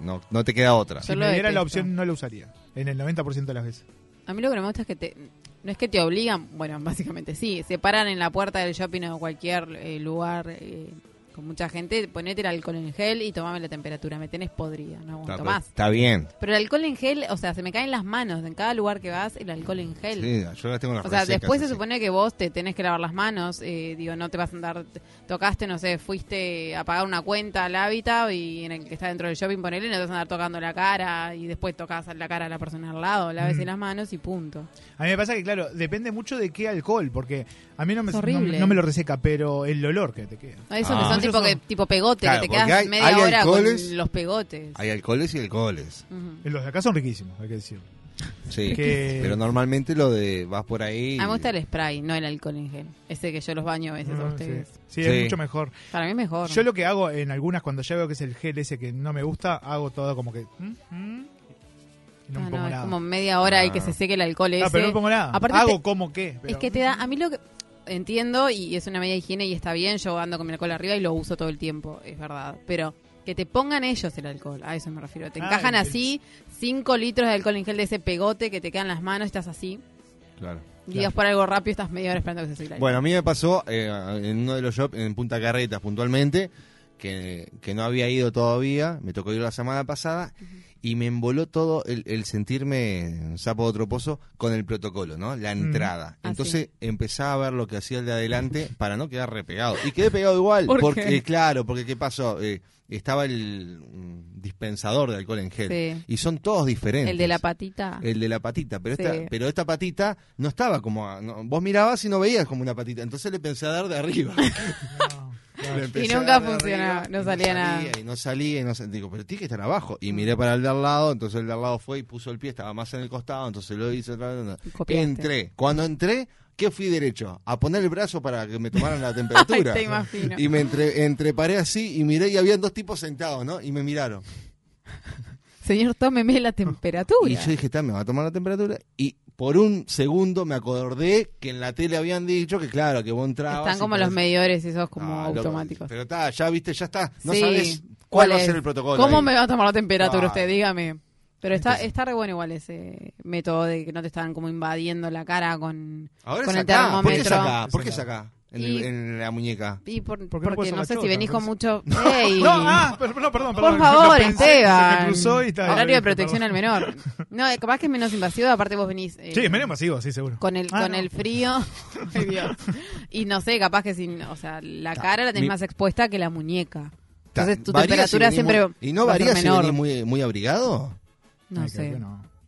Speaker 4: no, no te queda otra.
Speaker 14: Yo
Speaker 6: Si
Speaker 14: lo
Speaker 6: me diera la
Speaker 14: detesto.
Speaker 6: opción, no lo usaría. En el 90% de las veces.
Speaker 14: A mí lo que no me gusta es que te. No es que te obligan, bueno, básicamente sí, se paran en la puerta del shopping o de cualquier eh, lugar eh, Con mucha gente, ponete el alcohol en gel y tomame la temperatura. Me tenés podrida, no aguanto
Speaker 4: Está,
Speaker 14: más.
Speaker 4: está bien.
Speaker 14: Pero el alcohol en gel, o sea, se me caen las manos. En cada lugar que vas, el alcohol en gel.
Speaker 4: Sí, yo las tengo en las
Speaker 14: O sea,
Speaker 4: resecas,
Speaker 14: después se
Speaker 4: así.
Speaker 14: supone que vos te tenés que lavar las manos, eh, digo, no te vas a andar, t- tocaste, no sé, fuiste a pagar una cuenta al hábitat y en el que está dentro del shopping ponele, no te vas a andar tocando la cara y después tocas la cara a la persona al lado, laves
Speaker 6: Mm.
Speaker 14: las manos y punto.
Speaker 6: A mí me pasa que, claro, depende mucho de qué alcohol, porque a mí no me,
Speaker 14: Es horrible.
Speaker 6: no- no me lo reseca, pero el olor que te queda.
Speaker 14: Eso
Speaker 4: Ah.
Speaker 14: que son
Speaker 4: Muchos
Speaker 14: tipo, que,
Speaker 4: son-
Speaker 14: tipo pegote,
Speaker 4: Claro,
Speaker 14: que te
Speaker 4: porque
Speaker 14: quedas
Speaker 4: hay-
Speaker 14: media
Speaker 4: hay
Speaker 14: hora
Speaker 4: alcoholes-
Speaker 14: con los pegotes.
Speaker 4: Hay alcoholes y alcoholes.
Speaker 14: Ujú.
Speaker 6: Eh, Los de acá son riquísimos, hay que decir.
Speaker 4: Sí.
Speaker 6: Que-
Speaker 4: Pero normalmente lo de vas por ahí.
Speaker 14: A mí me gusta el spray, no el alcohol en gel. Ese que yo los baño a veces a ustedes.
Speaker 6: Ah, Sí, es
Speaker 4: Sí.
Speaker 6: mucho mejor.
Speaker 14: Para mí es mejor.
Speaker 6: Yo lo que hago en algunas, cuando ya veo que es el gel ese que no me gusta, hago todo como que. ¿Mm? ¿Mm? Y no
Speaker 14: Ah,
Speaker 6: me pongo
Speaker 14: no, es
Speaker 6: nada.
Speaker 14: como media hora hay que se seque el alcohol ese.
Speaker 6: Ah, pero no me pongo nada.
Speaker 14: Aparte
Speaker 6: Hago
Speaker 14: te-
Speaker 6: como que. pero-
Speaker 14: Es que te da, a mí lo que entiendo, y es una media higiene y está bien, yo ando con mi alcohol arriba y lo uso todo el tiempo, es verdad. Pero que te pongan ellos el alcohol, a eso me refiero. Te
Speaker 3: Ah,
Speaker 14: encajan
Speaker 3: el-
Speaker 14: así 5 litros de alcohol en gel de ese pegote que te quedan las manos, estás así.
Speaker 4: Claro.
Speaker 14: Guías por algo rápido, estás media hora esperando que se seque el alcohol.
Speaker 4: Bueno, a mí me pasó eh, en uno de los shops, en Punta Carretas puntualmente, que, que no había ido todavía, me tocó ir la semana pasada, y me emboló todo el, el sentirme un sapo de otro pozo con el protocolo, ¿no? La entrada.
Speaker 12: Ah,
Speaker 4: Entonces empezaba a ver lo que hacía el de adelante para no quedar repegado. Y quedé pegado igual,
Speaker 12: ¿Por
Speaker 4: porque
Speaker 12: qué?
Speaker 4: claro, porque ¿qué pasó? Eh, estaba el mm, dispensador de alcohol en gel.
Speaker 14: Sí.
Speaker 4: Y son todos diferentes.
Speaker 14: el de la patita.
Speaker 4: El de la patita, pero esta,
Speaker 14: Sí.
Speaker 4: pero esta patita no estaba como. a- no, vos mirabas y no veías como una patita. Entonces le pensé a dar de arriba. Le
Speaker 14: y
Speaker 4: empecé a
Speaker 14: nunca
Speaker 4: dar de
Speaker 14: funcionaba,
Speaker 4: arriba,
Speaker 14: no
Speaker 4: y
Speaker 14: salía nada. Mm.
Speaker 4: salía, Y no salía, y no salía. Digo, pero tiene que estar abajo. Y miré para el de al lado, entonces el de al lado fue y puso el pie, estaba más en el costado, entonces lo hice. otra vez, no.
Speaker 14: Copiaste.
Speaker 4: Entré. Cuando entré, ¿qué fui derecho? A poner el brazo para que me tomaran la temperatura.
Speaker 14: Te imagino.
Speaker 4: Y me entre, entreparé así y miré y habían dos tipos sentados, ¿no? Y me miraron.
Speaker 14: Señor, tómeme la temperatura.
Speaker 4: Y yo dije, está, me va a tomar la temperatura. Y por un segundo me acordé que en la tele habían dicho que, claro, que vos entrabas.
Speaker 14: Están
Speaker 4: y
Speaker 14: como
Speaker 4: ponías-
Speaker 14: los medidores esos como
Speaker 4: Ah, loco.
Speaker 14: automáticos.
Speaker 4: Pero está, ya viste, ya está. No
Speaker 14: Sí.
Speaker 4: sabes cuál, va a
Speaker 14: es?
Speaker 4: ser el protocolo.
Speaker 14: ¿Cómo
Speaker 4: ahí.
Speaker 14: me va a tomar la temperatura
Speaker 4: Ah,
Speaker 14: usted? Dígame. Pero está, está re bueno igual ese método de que no te están como invadiendo la cara con,
Speaker 4: Ahora
Speaker 14: con
Speaker 4: es
Speaker 14: el
Speaker 4: acá. ¿Por qué es
Speaker 14: termómetro.
Speaker 4: acá? ¿Por qué es acá? En, el-
Speaker 14: Y-
Speaker 4: en la muñeca.
Speaker 14: Y por-
Speaker 6: ¿Por qué no
Speaker 14: porque
Speaker 6: puedes
Speaker 14: no, sé
Speaker 6: hacer
Speaker 14: si
Speaker 6: la
Speaker 14: venís
Speaker 6: chota?
Speaker 14: con mucho...
Speaker 6: No,
Speaker 14: ¡Ey!
Speaker 6: no, ah, per- no, perdón,
Speaker 14: Por
Speaker 6: perdón,
Speaker 14: favor,
Speaker 6: lo pensé, se me
Speaker 14: Esteban.
Speaker 6: cruzó y tal.
Speaker 14: Horario de
Speaker 6: Perdón.
Speaker 14: protección al menor. No, eh, capaz que es menos invasivo, aparte vos venís... eh,
Speaker 6: Sí, es menos masivo, sí, seguro.
Speaker 14: Con el,
Speaker 6: Ah,
Speaker 14: con
Speaker 6: no.
Speaker 14: el frío, Ay, Dios. y no sé, capaz que sin, o sea, la cara la tenés
Speaker 4: Mi-
Speaker 14: más expuesta que la muñeca.
Speaker 4: Ta-
Speaker 14: Entonces tu
Speaker 4: varía si
Speaker 14: temperatura
Speaker 4: venís
Speaker 14: siempre
Speaker 4: muy- ¿Y no
Speaker 14: va a ser
Speaker 4: varía si
Speaker 14: menor.
Speaker 4: venís muy, muy abrigado?
Speaker 14: No sé.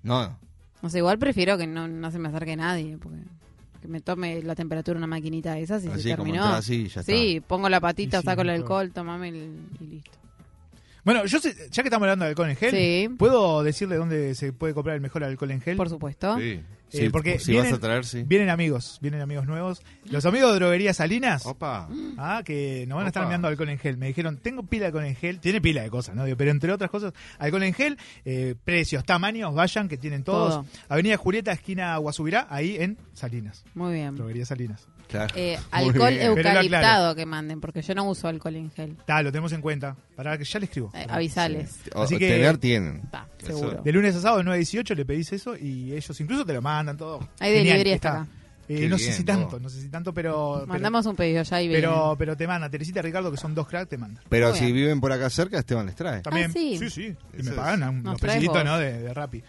Speaker 4: No.
Speaker 14: O sea, igual prefiero que no, no se me acerque nadie, porque que me tome la temperatura una maquinita de esas y
Speaker 4: Así
Speaker 14: se
Speaker 4: como
Speaker 14: terminó.
Speaker 4: está, así, ya está. Eh,
Speaker 14: Sí, pongo la patita,
Speaker 6: Y sí,
Speaker 14: saco el
Speaker 6: claro.
Speaker 14: alcohol, tomame el, y listo.
Speaker 6: Bueno, yo sé- ya que estamos hablando de alcohol en gel,
Speaker 14: Sí.
Speaker 6: ¿puedo decirle dónde se puede comprar el mejor alcohol en gel? Por
Speaker 14: supuesto.
Speaker 4: Sí.
Speaker 6: Eh,
Speaker 4: Sí,
Speaker 6: porque
Speaker 4: si vas
Speaker 6: vienen,
Speaker 4: a traer, sí.
Speaker 6: vienen amigos, vienen amigos nuevos. Los amigos de Droguería Salinas.
Speaker 4: Opa.
Speaker 6: Ah, que nos van a estar
Speaker 4: Opa.
Speaker 6: enviando alcohol en gel. Me dijeron, tengo pila de alcohol en gel. Tiene pila de cosas, ¿no? Digo, Pero entre otras cosas, alcohol en gel, eh, precios, tamaños, vayan, que tienen todos.
Speaker 14: Todo.
Speaker 6: Avenida Julieta, esquina Guasubirá, ahí en Salinas.
Speaker 14: Muy bien.
Speaker 6: Droguería Salinas.
Speaker 4: Claro.
Speaker 14: Eh,
Speaker 6: Muy
Speaker 14: alcohol
Speaker 6: bien. Pero lo aclaro.
Speaker 14: eucaliptado que manden, porque yo no uso alcohol en gel.
Speaker 6: Está, Ah, lo tenemos en cuenta. Para que ya le escribo.
Speaker 14: Eh, avisales.
Speaker 4: O- tener Oh, tienen.
Speaker 14: Pa,
Speaker 4: Eso.
Speaker 14: seguro.
Speaker 6: De lunes a sábado, 9 a 18, le pedís eso y ellos incluso te lo mandan todo.
Speaker 14: Hay
Speaker 6: Genial,
Speaker 14: delivery
Speaker 6: está.
Speaker 14: hasta acá.
Speaker 6: Eh,
Speaker 4: Qué
Speaker 6: no sé
Speaker 4: bien,
Speaker 6: si
Speaker 4: vos.
Speaker 6: tanto, no sé si tanto, pero.
Speaker 14: Mandamos un pedido ya y
Speaker 6: pero, pero, pero te mandan. Teresita y Ricardo, que son dos cracks, te mandan.
Speaker 4: Pero si viven por acá cerca, Esteban les trae.
Speaker 6: También.
Speaker 14: Ah, sí.
Speaker 6: sí, sí. Y
Speaker 4: Eso
Speaker 6: me
Speaker 4: es.
Speaker 6: pagan a un-
Speaker 14: Nos
Speaker 6: unos
Speaker 14: traes
Speaker 6: pecillitos,
Speaker 14: vos.
Speaker 6: ¿no? De, de Rappi.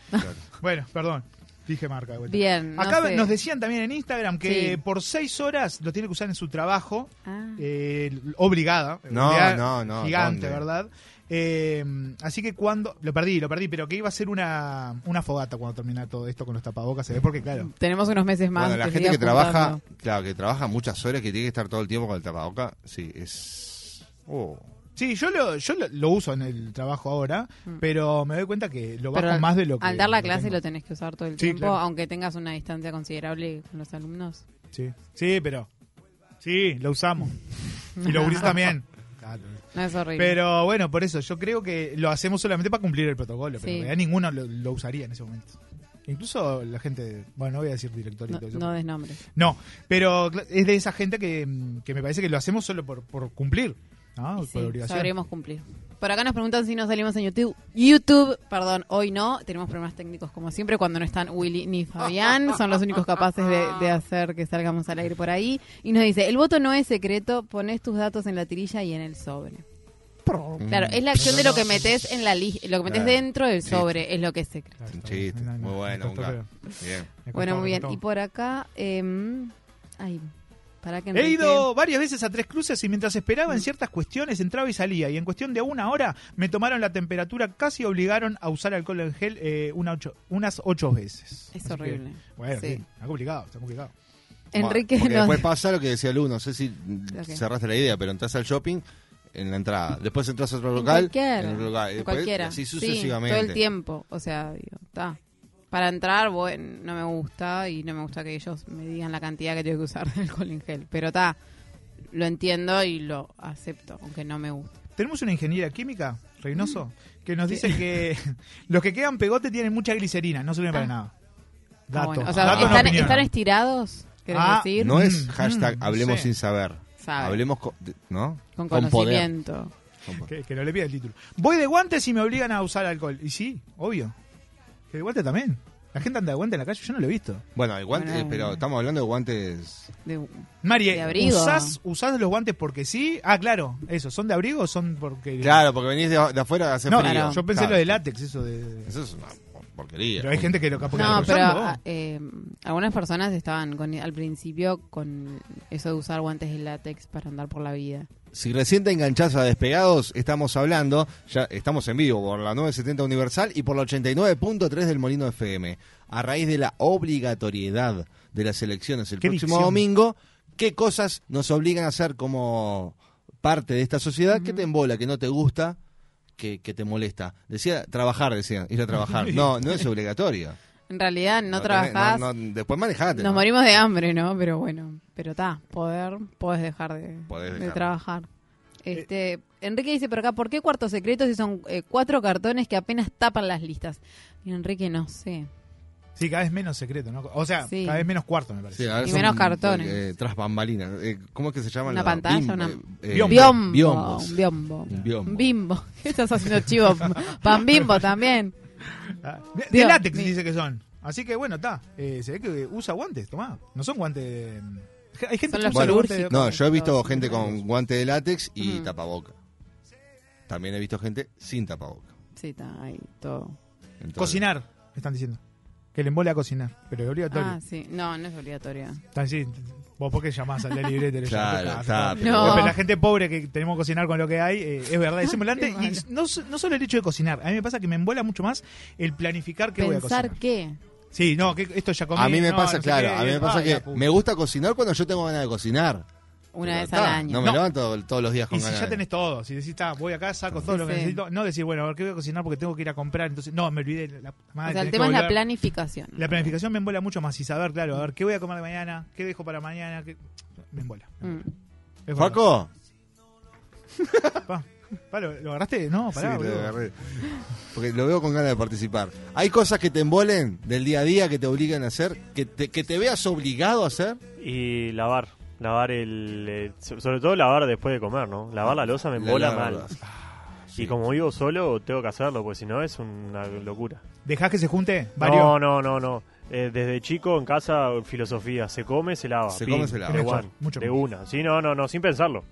Speaker 6: Bueno, perdón. Dije marca. de vuelta.
Speaker 14: Bien, no
Speaker 6: Acá
Speaker 14: sé.
Speaker 6: nos decían también en Instagram que
Speaker 14: Sí.
Speaker 6: por seis horas lo tiene que usar en su trabajo.
Speaker 14: Ah.
Speaker 6: eh, obligada.
Speaker 4: No,
Speaker 6: obligada,
Speaker 4: no, no,
Speaker 6: Gigante,
Speaker 4: ¿dónde?
Speaker 6: ¿verdad? Eh, así que cuando. Lo perdí, lo perdí, pero que iba a ser una, una fogata cuando termina todo esto con los tapabocas. Se ve porque, claro.
Speaker 14: Tenemos unos meses más.
Speaker 4: Bueno, la
Speaker 14: de
Speaker 4: gente que
Speaker 14: seguir
Speaker 4: trabaja,
Speaker 14: juntando.
Speaker 4: claro, que trabaja muchas horas, que tiene que estar todo el tiempo con el tapaboca, sí, es... oh.
Speaker 6: Sí, yo lo, yo lo, lo uso en el trabajo ahora, pero me doy cuenta que lo bajo
Speaker 14: Mm. Pero
Speaker 6: más de lo que.
Speaker 14: Al dar la clase
Speaker 6: tengo.
Speaker 14: lo tenés que usar todo el
Speaker 6: Sí,
Speaker 14: tiempo,
Speaker 6: claro.
Speaker 14: aunque tengas una distancia considerable con los alumnos.
Speaker 6: Sí. sí, pero. Sí, lo usamos. y los gurises también.
Speaker 14: No es horrible.
Speaker 6: Pero bueno, por eso, yo creo que lo hacemos solamente para cumplir el protocolo, pero
Speaker 14: Sí.
Speaker 6: en realidad ninguno lo, lo usaría en ese momento. Incluso la gente, bueno, no voy a decir director
Speaker 14: no, no des nombres.
Speaker 6: pero cl- es de esa gente que, mm, que me parece que lo hacemos solo por, por cumplir. Ah,
Speaker 14: Y sí,
Speaker 6: por obligación.
Speaker 14: sabremos cumplir. Por acá nos preguntan si nos salimos en YouTube. YouTube, perdón, hoy no. Tenemos problemas técnicos como siempre cuando no están Willy ni Fabián. Son los únicos capaces de, de hacer que salgamos al aire por ahí. Y nos dice, el voto no es secreto, pones tus datos en la tirilla y en el sobre. Claro, es la acción de lo que metes en la li- lo que metes
Speaker 4: Claro.
Speaker 14: dentro del
Speaker 4: Sí.
Speaker 14: sobre, es lo que es secreto.
Speaker 4: Un chiste. Muy bueno,
Speaker 6: me costó,
Speaker 4: Bunga. Bien.
Speaker 14: Bueno, muy bien. Y por acá, em, ay, para que
Speaker 6: He
Speaker 14: Enrique-
Speaker 6: ido varias veces a Tres Cruces y mientras esperaba en ciertas cuestiones entraba y salía. Y en cuestión de una hora me tomaron la temperatura, casi obligaron a usar alcohol en gel eh, una ocho- unas ocho veces.
Speaker 14: Es
Speaker 6: Así que,
Speaker 14: horrible.
Speaker 6: bueno,
Speaker 14: Sí.
Speaker 6: sí, está complicado, está complicado.
Speaker 14: Enrique
Speaker 4: Porque
Speaker 14: nos-
Speaker 4: después pasa lo que decía Lu, no sé si
Speaker 14: Ok.
Speaker 4: cerraste la idea, pero entras al shopping en la entrada. Después entras a otro
Speaker 14: En
Speaker 4: local.
Speaker 14: cualquiera,
Speaker 4: en otro local.
Speaker 14: en
Speaker 4: Después,
Speaker 14: cualquiera.
Speaker 4: Así
Speaker 14: Sí,
Speaker 4: sucesivamente.
Speaker 14: todo el tiempo. O sea, digo, está. Para entrar, bueno, no me gusta y no me gusta que ellos me digan la cantidad que tengo que usar del alcohol en gel. Pero está, lo entiendo y lo acepto, aunque no me gusta.
Speaker 6: Tenemos una ingeniera química,
Speaker 14: Mm.
Speaker 6: Reynoso, que nos dice que los que quedan pegote tienen mucha glicerina, no sirven para nada.
Speaker 14: Ah,
Speaker 6: Dato.
Speaker 14: bueno. O sea,
Speaker 6: dato no
Speaker 14: ¿están,
Speaker 6: opinión.
Speaker 14: están estirados? ¿Querés
Speaker 6: Ah,
Speaker 14: decir?
Speaker 4: No es
Speaker 6: Mm,
Speaker 4: hashtag
Speaker 6: mm,
Speaker 4: hablemos
Speaker 6: sí.
Speaker 4: sin saber.
Speaker 14: Sabe.
Speaker 4: Hablemos con, ¿no?
Speaker 14: Con
Speaker 4: poder.
Speaker 14: conocimiento.
Speaker 6: Que, que no le pida el título. Voy de guantes y me obligan a usar alcohol. Y sí, obvio. Que de guantes también. La gente anda de guantes en la calle, yo no lo he visto.
Speaker 4: Bueno, el guante,
Speaker 6: Bueno.
Speaker 4: pero estamos hablando de guantes.
Speaker 14: De,
Speaker 6: Marie,
Speaker 4: De abrigo.
Speaker 6: ¿usás, ¿usás los guantes porque sí? Ah, claro, eso. ¿Son de abrigo o son porque.?
Speaker 4: Claro, porque venís de, de afuera hace
Speaker 6: no,
Speaker 4: frío.
Speaker 6: yo pensé
Speaker 4: Claro.
Speaker 6: lo de látex, eso de.
Speaker 4: Eso es una porquería.
Speaker 6: Pero hay gente que lo capaz que
Speaker 14: No,
Speaker 6: lo está
Speaker 14: pero
Speaker 6: usando, vos.
Speaker 14: a- eh, algunas personas estaban con, al principio con eso de usar guantes de látex para andar por la vida.
Speaker 4: Si recién te enganchás a Despegados, estamos hablando, ya estamos en vivo por la 970 Universal y por la 89.3 del Molino FM. A raíz de la obligatoriedad de las elecciones el
Speaker 6: Qué
Speaker 4: próximo
Speaker 6: dicción.
Speaker 4: domingo, ¿qué cosas nos obligan a hacer como parte de esta sociedad que te embola, que no te gusta, que, que te molesta? Decía, trabajar, decía, ir a trabajar. No, no es obligatorio.
Speaker 14: En realidad no,
Speaker 4: tenés-
Speaker 14: trabajás,
Speaker 4: no- no, después manejate.
Speaker 14: nos
Speaker 4: ¿no?
Speaker 14: morimos de hambre, ¿no? Pero bueno, pero está, poder, podés dejar de,
Speaker 4: Podés
Speaker 14: de
Speaker 4: dejar. Eh,
Speaker 14: trabajar. Este, Enrique dice por acá, ¿por qué cuartos secretos si son eh, cuatro cartones que apenas tapan las listas? Y Enrique, no sé.
Speaker 6: Sí, cada vez menos secreto, ¿no? O sea,
Speaker 14: Sí.
Speaker 6: cada vez menos cuarto, me parece.
Speaker 4: Sí, ahora
Speaker 14: Y
Speaker 4: son,
Speaker 14: menos cartones.
Speaker 4: eh, tras bambalinas. Eh, ¿Cómo es que se llaman?
Speaker 14: Una
Speaker 4: los-
Speaker 14: pantalla,
Speaker 4: bim-
Speaker 14: una...
Speaker 4: eh, eh,
Speaker 14: biombo.
Speaker 4: biombos.
Speaker 14: Un biombo.
Speaker 4: Un biombo.
Speaker 14: Un bimbo. ¿Qué estás haciendo, chivo? Pan bimbo también.
Speaker 6: Ah, De, de
Speaker 14: Dios
Speaker 6: látex
Speaker 14: mío.
Speaker 6: dice que son. Así que bueno, está. Eh, se ve que usa guantes, tomá. No son guantes. de- Hay gente que usa
Speaker 4: Bueno,
Speaker 6: guantes de-
Speaker 4: no, yo he visto gente con guante de látex
Speaker 14: Mm.
Speaker 4: y tapaboca. También he visto gente sin tapaboca.
Speaker 14: Sí, está ahí todo.
Speaker 4: Entonces,
Speaker 6: Cocinar, me están diciendo. Que le embola a cocinar, pero es obligatorio.
Speaker 14: Ah, sí. No, no es obligatorio.
Speaker 6: Está así, vos porque llamás al delivery de Televisión?
Speaker 4: Claro,
Speaker 6: ¿Qué pasa?
Speaker 4: está,
Speaker 6: No.
Speaker 4: pero
Speaker 6: pero,
Speaker 4: bueno.
Speaker 6: la gente pobre que tenemos que cocinar con lo que hay, eh, es verdad, es semblante.
Speaker 14: Qué
Speaker 6: y no, so- no solo el hecho de cocinar, a mí me pasa que me embola mucho más el planificar qué voy a
Speaker 14: Pensar
Speaker 6: cocinar.
Speaker 14: qué.
Speaker 6: Sí, no, que esto ya comí.
Speaker 4: A mí me
Speaker 6: no,
Speaker 4: pasa,
Speaker 6: no sé
Speaker 4: claro,
Speaker 6: qué,
Speaker 4: a mí me pasa
Speaker 6: ay,
Speaker 4: que
Speaker 6: la puta.
Speaker 4: me gusta cocinar cuando yo tengo ganas de cocinar.
Speaker 14: Una
Speaker 4: Pero
Speaker 14: vez
Speaker 4: está,
Speaker 14: al año.
Speaker 4: No me levanto todos los días con
Speaker 6: Y si
Speaker 4: ganas.
Speaker 6: ya
Speaker 4: de-
Speaker 6: tenés todo, si decís, "Tá, voy acá, saco todo lo que
Speaker 14: Sí.
Speaker 6: necesito, no decir, bueno, a ver qué voy a cocinar porque tengo que ir a comprar, entonces, no, me olvidé. La, puta madre,
Speaker 14: o sea, el
Speaker 6: tenés que
Speaker 14: tema es la
Speaker 6: volver.
Speaker 14: planificación.
Speaker 6: La planificación me embola mucho más y saber, claro, a ver qué voy a comer mañana, qué dejo para mañana, qué... me embola.
Speaker 14: Mm.
Speaker 6: Es
Speaker 4: Faco.
Speaker 6: Pa, ¿lo, lo agarraste? No, pará,
Speaker 4: Sí, lo
Speaker 6: boludo.
Speaker 4: agarré. Porque lo veo con ganas de participar. Hay cosas que te embolen del día a día que te obligan a hacer, que te, que te veas obligado a hacer.
Speaker 3: Y lavar. Lavar el. eh, so- sobre todo lavar después de comer, ¿no? Lavar la losa me
Speaker 4: Ah, La Ah,
Speaker 3: embola
Speaker 4: lava-
Speaker 3: mal. Y como vivo solo, tengo que hacerlo, porque si no es una locura.
Speaker 6: ¿Dejás que se junte? Varios.
Speaker 3: No, no, no, no. Eh, desde chico en casa, filosofía: se come, se lava.
Speaker 4: Se
Speaker 3: Pin,
Speaker 4: come, se lava.
Speaker 3: De,
Speaker 4: Mucho,
Speaker 3: one,
Speaker 4: mucho.
Speaker 3: de una. Sí, no, no, no, sin pensarlo.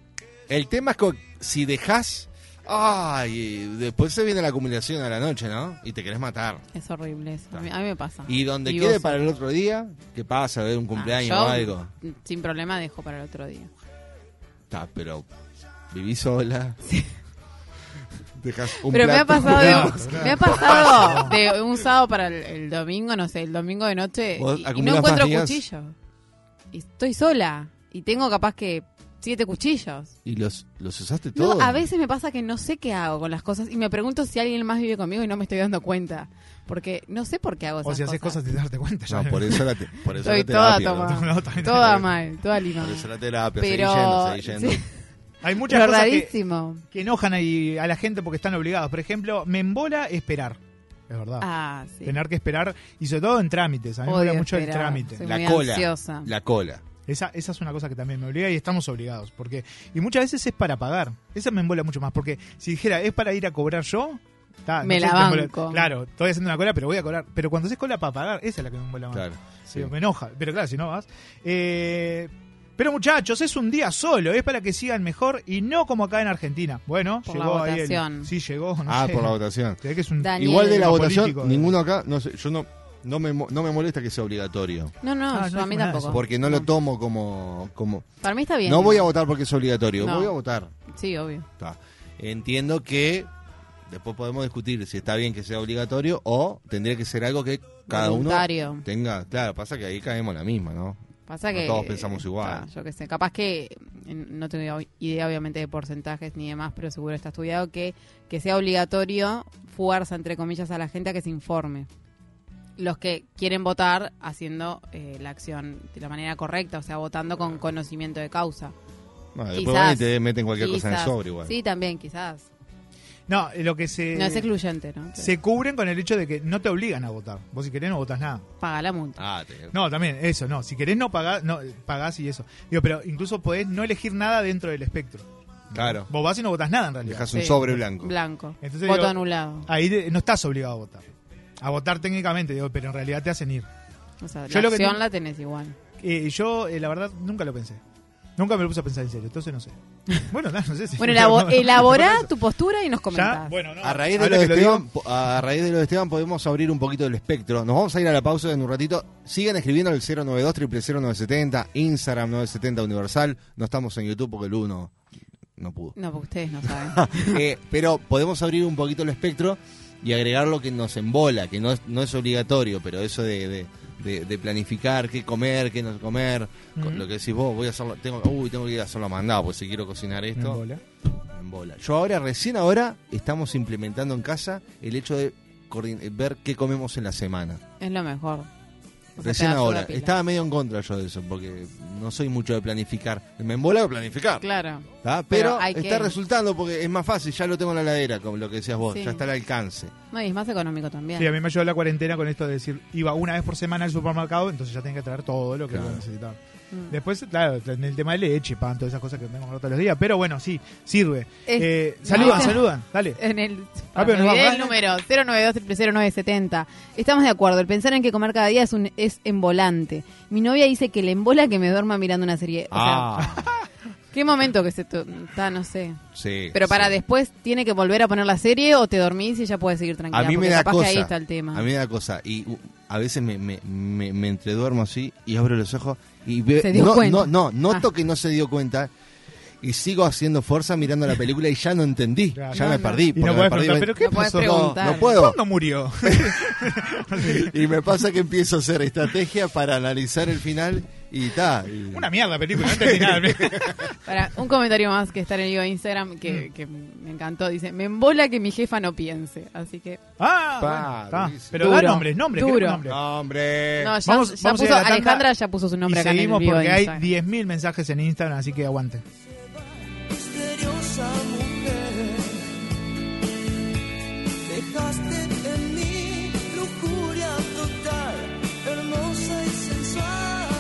Speaker 4: El tema es que si dejas, ay, después se viene la acumulación a la noche, ¿no? Y te querés matar.
Speaker 14: Es horrible eso. A mí, a mí me pasa.
Speaker 4: Y donde
Speaker 14: Y
Speaker 4: quede
Speaker 14: vos- Ah,
Speaker 4: para el otro día, ¿qué pasa? ¿De un cumpleaños
Speaker 14: Yo,
Speaker 4: o algo?
Speaker 14: Sin problema dejo para el otro día.
Speaker 4: Está, pero viví sola. Dejas un
Speaker 14: Pero me ha
Speaker 4: plato.
Speaker 14: pasado,
Speaker 4: Claro,
Speaker 14: de,
Speaker 4: claro.
Speaker 14: me ha pasado de un sábado para el, el domingo, no sé, el domingo de noche,
Speaker 4: Vos
Speaker 14: y- y,
Speaker 4: acumulás
Speaker 14: no encuentro
Speaker 4: más días.
Speaker 14: cuchillo. Y estoy sola. Y tengo capaz que siete cuchillos.
Speaker 4: ¿Y los, los usaste
Speaker 14: No,
Speaker 4: todos?
Speaker 14: a veces me pasa que no sé qué hago con las cosas y me pregunto si alguien más vive conmigo y no me estoy dando cuenta. Porque no sé por qué hago esas
Speaker 6: O si haces cosas sin darte cuenta. Ya.
Speaker 4: No, por eso la, te- por eso
Speaker 14: Estoy toda
Speaker 4: la terapia. ¿no?
Speaker 14: tomada.
Speaker 6: No, también-
Speaker 14: toda mal, toda limada.
Speaker 4: Por eso la terapia,
Speaker 14: Pero-
Speaker 4: seguí yendo, seguí
Speaker 14: sí.
Speaker 4: yendo.
Speaker 6: Hay muchas
Speaker 14: Pero
Speaker 6: cosas
Speaker 14: rarísimo.
Speaker 6: que, que enojan ahí a la gente porque están obligados. Por ejemplo, me embola esperar. Es verdad.
Speaker 14: Ah, sí.
Speaker 6: Tener que esperar, y sobre todo en trámites. A mí me
Speaker 14: Odio
Speaker 6: embola mucho el
Speaker 14: esperar,
Speaker 6: trámite.
Speaker 14: soy
Speaker 4: La
Speaker 14: muy
Speaker 4: cola.
Speaker 14: ansiosa.
Speaker 4: La cola.
Speaker 6: Esa, esa es una cosa que también me obliga y estamos obligados. porque Y muchas veces es para pagar. Esa me embola mucho más. Porque si dijera, es para ir a cobrar yo. ta,
Speaker 14: Me la
Speaker 6: te embola.
Speaker 14: banco.
Speaker 6: Claro, estoy haciendo una cola, pero voy a cobrar. Pero cuando haces cola para pagar, esa es la que me embola más. Sí, Me enoja. Pero claro, si no vas. Eh, pero muchachos, es un día solo. Es para que sigan mejor y no como acá en Argentina. Bueno,
Speaker 14: Por la
Speaker 6: llegó ahí el-
Speaker 14: votación.
Speaker 6: sí, llegó. no
Speaker 4: Ah,
Speaker 6: sé.
Speaker 4: por la votación.
Speaker 6: Se ve que es un-
Speaker 14: Daniel.
Speaker 4: Igual de la votación,
Speaker 6: Político, eh.
Speaker 4: ninguno acá, no sé, yo no, no, me, mo- no me molesta que sea obligatorio.
Speaker 14: No, no,
Speaker 6: Ah,
Speaker 14: yo
Speaker 6: no
Speaker 14: a mí
Speaker 6: dijo nada
Speaker 14: tampoco.
Speaker 4: Porque no lo tomo como... como
Speaker 14: Para mí está bien.
Speaker 4: no voy a votar porque es obligatorio,
Speaker 14: No.
Speaker 4: voy a votar.
Speaker 14: Sí, obvio.
Speaker 4: Está. Entiendo que después podemos discutir si está bien que sea obligatorio o tendría que ser algo que cada
Speaker 14: Voluntario.
Speaker 4: uno tenga. Claro, pasa que ahí caemos en la misma, ¿no?
Speaker 14: Pasa
Speaker 4: No
Speaker 14: que.
Speaker 4: todos pensamos igual.
Speaker 14: Ah, yo qué sé, capaz que eh, no tengo idea obviamente de porcentajes ni demás, pero seguro está estudiado que que sea obligatorio fuerza entre comillas a la gente a que se informe. Los que quieren votar haciendo eh, la acción de la manera correcta, o sea, votando con conocimiento de causa.
Speaker 4: No, después
Speaker 14: Quizás,
Speaker 4: van y te meten cualquier cosa en el
Speaker 14: quizás.
Speaker 4: sobre igual.
Speaker 14: Sí, también, quizás.
Speaker 6: No, eh, lo que se.
Speaker 14: No es excluyente, ¿no?
Speaker 6: Se cubren con el hecho de que no te obligan a votar. Vos, si querés, no votás nada.
Speaker 14: Paga la multa.
Speaker 4: Ah, te-
Speaker 6: No, también, eso, no. Si querés, no pagás, no, eh, pagás y eso. Digo, pero incluso podés no elegir nada dentro del espectro.
Speaker 4: Claro.
Speaker 6: Vos vas y no votás nada en realidad.
Speaker 4: Dejás un Sí. sobre blanco.
Speaker 14: Blanco.
Speaker 6: Entonces,
Speaker 14: Voto
Speaker 6: digo,
Speaker 14: anulado.
Speaker 6: Ahí de- no estás obligado a votar. A votar técnicamente, digo, pero en realidad te hacen ir.
Speaker 14: O sea,
Speaker 6: Yo
Speaker 14: la
Speaker 6: lo que
Speaker 14: acción
Speaker 6: no-
Speaker 14: la tenés igual.
Speaker 6: Eh, yo, eh, la verdad, nunca lo pensé. Nunca me lo puse a pensar en serio, entonces no sé. Bueno, nada, no sé si.
Speaker 14: Bueno, elabo- elaborá
Speaker 6: Eso.
Speaker 14: tu postura y nos comentás.
Speaker 6: bueno, no.
Speaker 4: A raíz, de
Speaker 6: Ahora
Speaker 4: lo de
Speaker 6: que lo
Speaker 4: Esteban, po- a raíz de lo de Esteban podemos abrir un poquito el espectro. Nos vamos a ir a la pausa en un ratito. Sigan escribiendo al 092 0970 Instagram 970 Universal. No estamos en YouTube porque el 1 no pudo.
Speaker 14: No, porque ustedes no saben.
Speaker 4: Eh, pero podemos abrir un poquito el espectro y agregar lo que nos embola, que no es, no es obligatorio, pero eso de, de- de- de planificar qué comer, qué no comer, con
Speaker 6: Ujú.
Speaker 4: lo que decís vos, voy a hacerlo, tengo, uy, tengo que ir a hacerlo mandado, porque si quiero cocinar
Speaker 6: Me
Speaker 4: esto,
Speaker 6: embola.
Speaker 4: me embola. Yo ahora, recién ahora, estamos implementando en casa el hecho de coordin- ver qué comemos en la semana.
Speaker 14: Es lo mejor. O sea, te
Speaker 4: Recién
Speaker 14: da
Speaker 4: ahora.
Speaker 14: ayuda pila.
Speaker 4: Estaba medio en contra yo de eso, porque no soy mucho de planificar. Me embola planificar.
Speaker 14: Claro.
Speaker 4: ¿tá?
Speaker 14: Pero
Speaker 4: Pero,
Speaker 14: hay
Speaker 4: está
Speaker 14: que-
Speaker 4: resultando porque es más fácil, ya lo tengo en la ladera, como lo que decías vos,
Speaker 14: Sí.
Speaker 4: ya está al alcance.
Speaker 14: No, y es más económico también.
Speaker 6: Sí, a mí me ayudó la cuarentena con esto de decir, iba una vez por semana al supermercado, entonces ya tenía que traer todo lo que
Speaker 4: Claro.
Speaker 6: yo necesitaba.
Speaker 14: Mm.
Speaker 6: Después, claro, en el tema de leche, pan, todas esas cosas que tengo que comprar todos los días, pero bueno, sí, sirve.
Speaker 14: Es- Eh,
Speaker 6: Eh,
Speaker 14: no,
Speaker 6: saludan,
Speaker 14: no.
Speaker 6: saludan, dale.
Speaker 14: En el,
Speaker 6: Ah, pero nos
Speaker 14: olvidé
Speaker 6: vamos,
Speaker 14: el
Speaker 6: ¿eh?
Speaker 14: número 092-00970. Estamos de acuerdo, el pensar en que comer cada día es un es embolante. Mi novia dice que le embola que me duerma mirando una serie. O sea,
Speaker 4: Ah.
Speaker 14: qué momento que se to- está, no sé.
Speaker 4: sí.
Speaker 14: Pero para
Speaker 4: sí.
Speaker 14: después tiene que volver a poner la serie o te dormís y ya puedes seguir tranquila.
Speaker 4: A mí me
Speaker 14: porque
Speaker 4: da
Speaker 14: capaz
Speaker 4: cosa.
Speaker 14: que ahí está el tema.
Speaker 4: A mí me da cosa. Y uh, a veces me, me, me, me entreduermo así y abro los ojos y veo.
Speaker 14: Se dio
Speaker 4: no,
Speaker 14: cuenta. Ah.
Speaker 4: no, no, noto que no se dio cuenta. Y sigo haciendo fuerza mirando la película y ya no entendí.
Speaker 6: Claro.
Speaker 4: Ya
Speaker 6: No,
Speaker 4: me
Speaker 6: no.
Speaker 4: perdí.
Speaker 6: Y no
Speaker 4: porque me
Speaker 6: podés
Speaker 4: perdí
Speaker 6: preguntar,
Speaker 4: veinte-
Speaker 6: ¿pero qué
Speaker 14: No podés
Speaker 6: pasó?
Speaker 4: No,
Speaker 14: preguntar.
Speaker 4: no puedo.
Speaker 6: ¿Cuándo murió?
Speaker 4: Y me pasa que empiezo a hacer estrategia para analizar el final y tal.
Speaker 6: Una mierda película, no entendí nada.
Speaker 14: Para, un comentario más que está en el vivo de Instagram que, que me encantó. Dice, me embola que mi jefa no piense. Así que...
Speaker 6: Ah,
Speaker 4: Pa,
Speaker 6: bueno, está.
Speaker 4: durísimo.
Speaker 6: pero da
Speaker 14: Duro,
Speaker 6: nombres, nombres,
Speaker 14: duro.
Speaker 6: queremos nombres.
Speaker 4: Hombre.
Speaker 14: No, ya,
Speaker 6: Vamos-
Speaker 14: ya
Speaker 6: vamos a ir
Speaker 14: puso,
Speaker 6: a la tanda
Speaker 14: Alejandra ya puso su
Speaker 6: Y
Speaker 14: nombre acá en el
Speaker 6: seguimos
Speaker 14: vivo de
Speaker 6: porque hay
Speaker 14: Instagram.
Speaker 6: 10.000 mensajes en Instagram, así que aguante.
Speaker 13: misteriosa mujer. Dejaste en mí lujuria total, hermosa y sensual.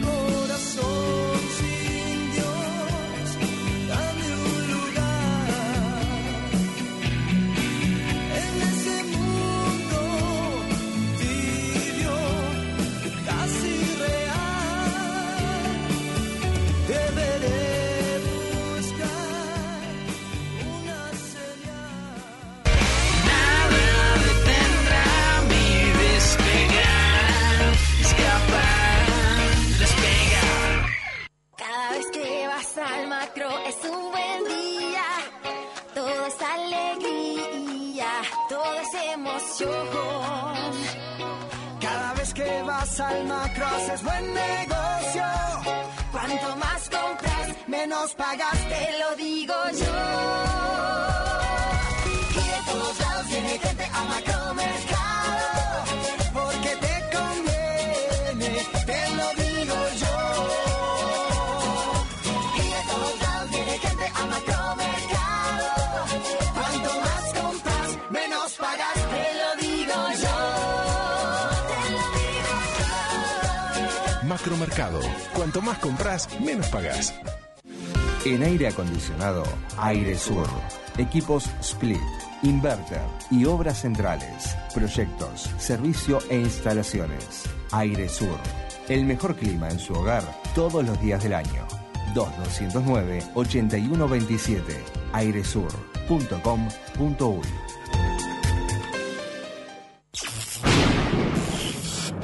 Speaker 13: Corazón sin Dios, dame un lugar. En ese mundo tibio, casi real. Deberé buscar una señal.
Speaker 30: Nada detendrá mi despegar, escapar, despegar.
Speaker 31: Cada vez que vas al macro es un buen día. Todo es alegría, todo es emoción.
Speaker 13: Cada vez que vas al macro haces buen negocio.
Speaker 31: Cuanto más compras, menos pagas, te lo digo yo.
Speaker 13: Y de todos lados viene gente a macromercado. Porque te conviene, te lo digo yo. Y de todos lados viene gente a macromercado. Cuanto más compras, menos pagas, te lo digo yo. Te lo digo yo.
Speaker 16: Macromercado. Cuanto más compras, menos pagas.
Speaker 4: En aire acondicionado, Aire Sur. Equipos Split, Inverter y Obras Centrales. Proyectos, servicio e instalaciones. Aire Sur. El mejor clima en su hogar todos los días del año. 2209-8127. airesur.com.uy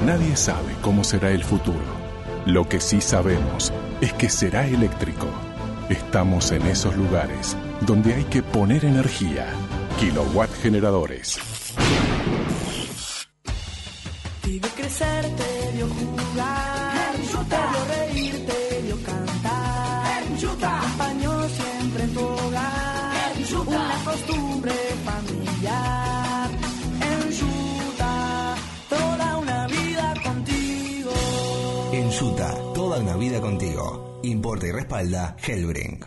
Speaker 16: Nadie sabe cómo será el futuro. Lo que sí sabemos es que será eléctrico. Estamos en esos lugares donde hay que poner energía. Kilowatt generadores.
Speaker 13: Te vio crecer, te vio jugar, te vio reír, te vio cantar, te acompañó siempre en tu hogar, una costumbre familiar. En Yuta, toda una vida contigo.
Speaker 4: En Yuta, toda una vida contigo. Importa y respalda Hellbrink.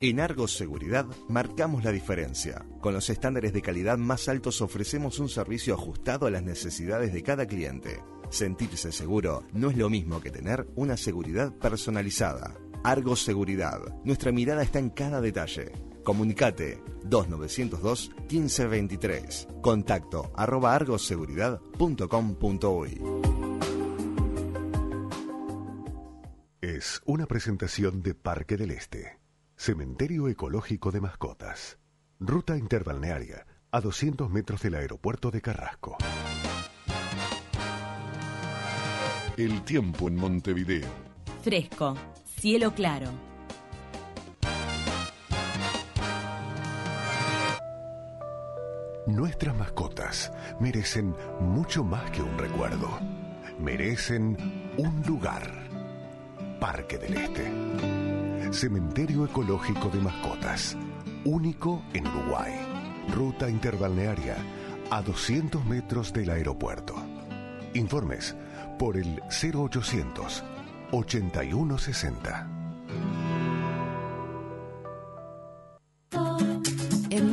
Speaker 32: En Argos Seguridad marcamos la diferencia. Con los estándares de calidad más altos ofrecemos un servicio ajustado a las necesidades de cada cliente. Sentirse seguro no es lo mismo que tener una seguridad personalizada. Argos Seguridad. Nuestra mirada está en cada detalle. Comunicate 2902 1523. Contacto arroba argoseguridad.com.uy.
Speaker 9: Es una presentación de Parque del Este, Cementerio Ecológico de Mascotas, ruta interbalnearia a 200 metros del aeropuerto de Carrasco.
Speaker 16: El tiempo en Montevideo.
Speaker 3: Fresco, cielo claro.
Speaker 9: Nuestras mascotas merecen mucho más que un recuerdo. Merecen un lugar. Parque del Este. Cementerio Ecológico de Mascotas. Único en Uruguay. Ruta interbalnearia a 200 metros del aeropuerto. Informes por el 0800 8160.
Speaker 15: En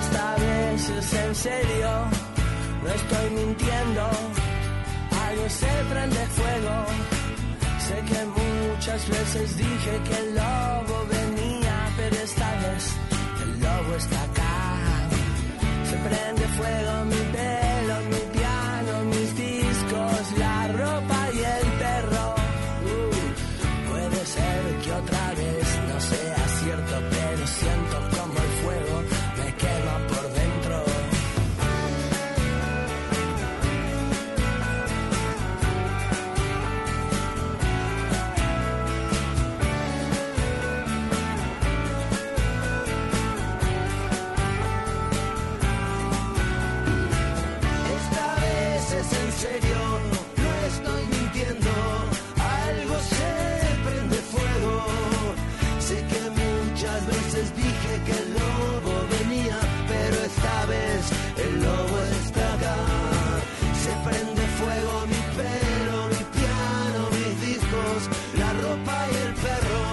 Speaker 13: Esta vez es en serio, no estoy mintiendo. Algo se prende fuego. Sé que muchas veces dije que el lobo venía, pero esta vez el lobo está acá. Se prende fuego mi pelo, mi piano, mis discos, la ropa y el perro. Uh, puede ser que otra vez no sea cierto, pero siento como el fuego me quema por dentro. Esta vez es en serio, no estoy mintiendo. Algo se prende fuego. Sé que muchas veces dije que el lobo venía, pero esta vez el lobo está acá. Se prende fuego mi pelo, mi piano, mis discos, la ropa y el perro.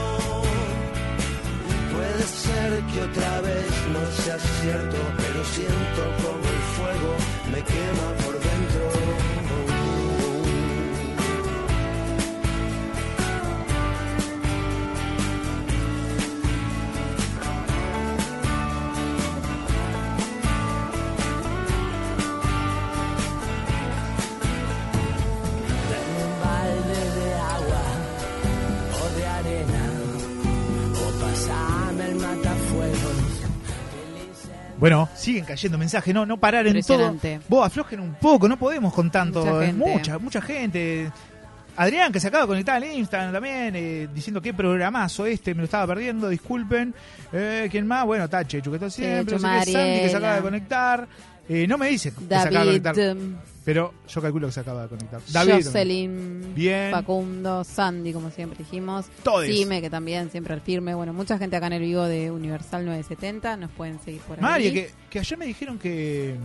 Speaker 13: Puede ser que otra vez no sea cierto, pero siento como el fuego me quema por dentro.
Speaker 6: Bueno, siguen cayendo mensajes, no, no parar en todo.
Speaker 14: Impresionante.
Speaker 6: Vos aflojen un poco, no podemos con tanto.
Speaker 14: Mucha
Speaker 6: Es
Speaker 14: gente.
Speaker 6: mucha, mucha gente. Adrián, que se acaba de conectar al Instagram también, eh, diciendo qué programazo este, me lo estaba perdiendo, disculpen. Eh, ¿Quién más? Bueno, está Chechu, que está siempre.
Speaker 14: Chechu,
Speaker 6: no sé qué, Sandy, que se acaba
Speaker 14: Mariela.
Speaker 6: de conectar. Eh, no me dicen que se acaba de
Speaker 14: David,
Speaker 6: conectar.
Speaker 14: em,
Speaker 6: Pero yo calculo que se acaba de conectar. David.
Speaker 14: Jocelyn,
Speaker 6: Bien.
Speaker 14: Facundo, Sandy, como siempre dijimos.
Speaker 6: Todes.
Speaker 14: Sime, que también siempre al firme. Bueno, mucha gente acá en el vivo de Universal 970. Nos pueden seguir por ahí.
Speaker 6: Mario, que, que ayer me dijeron que,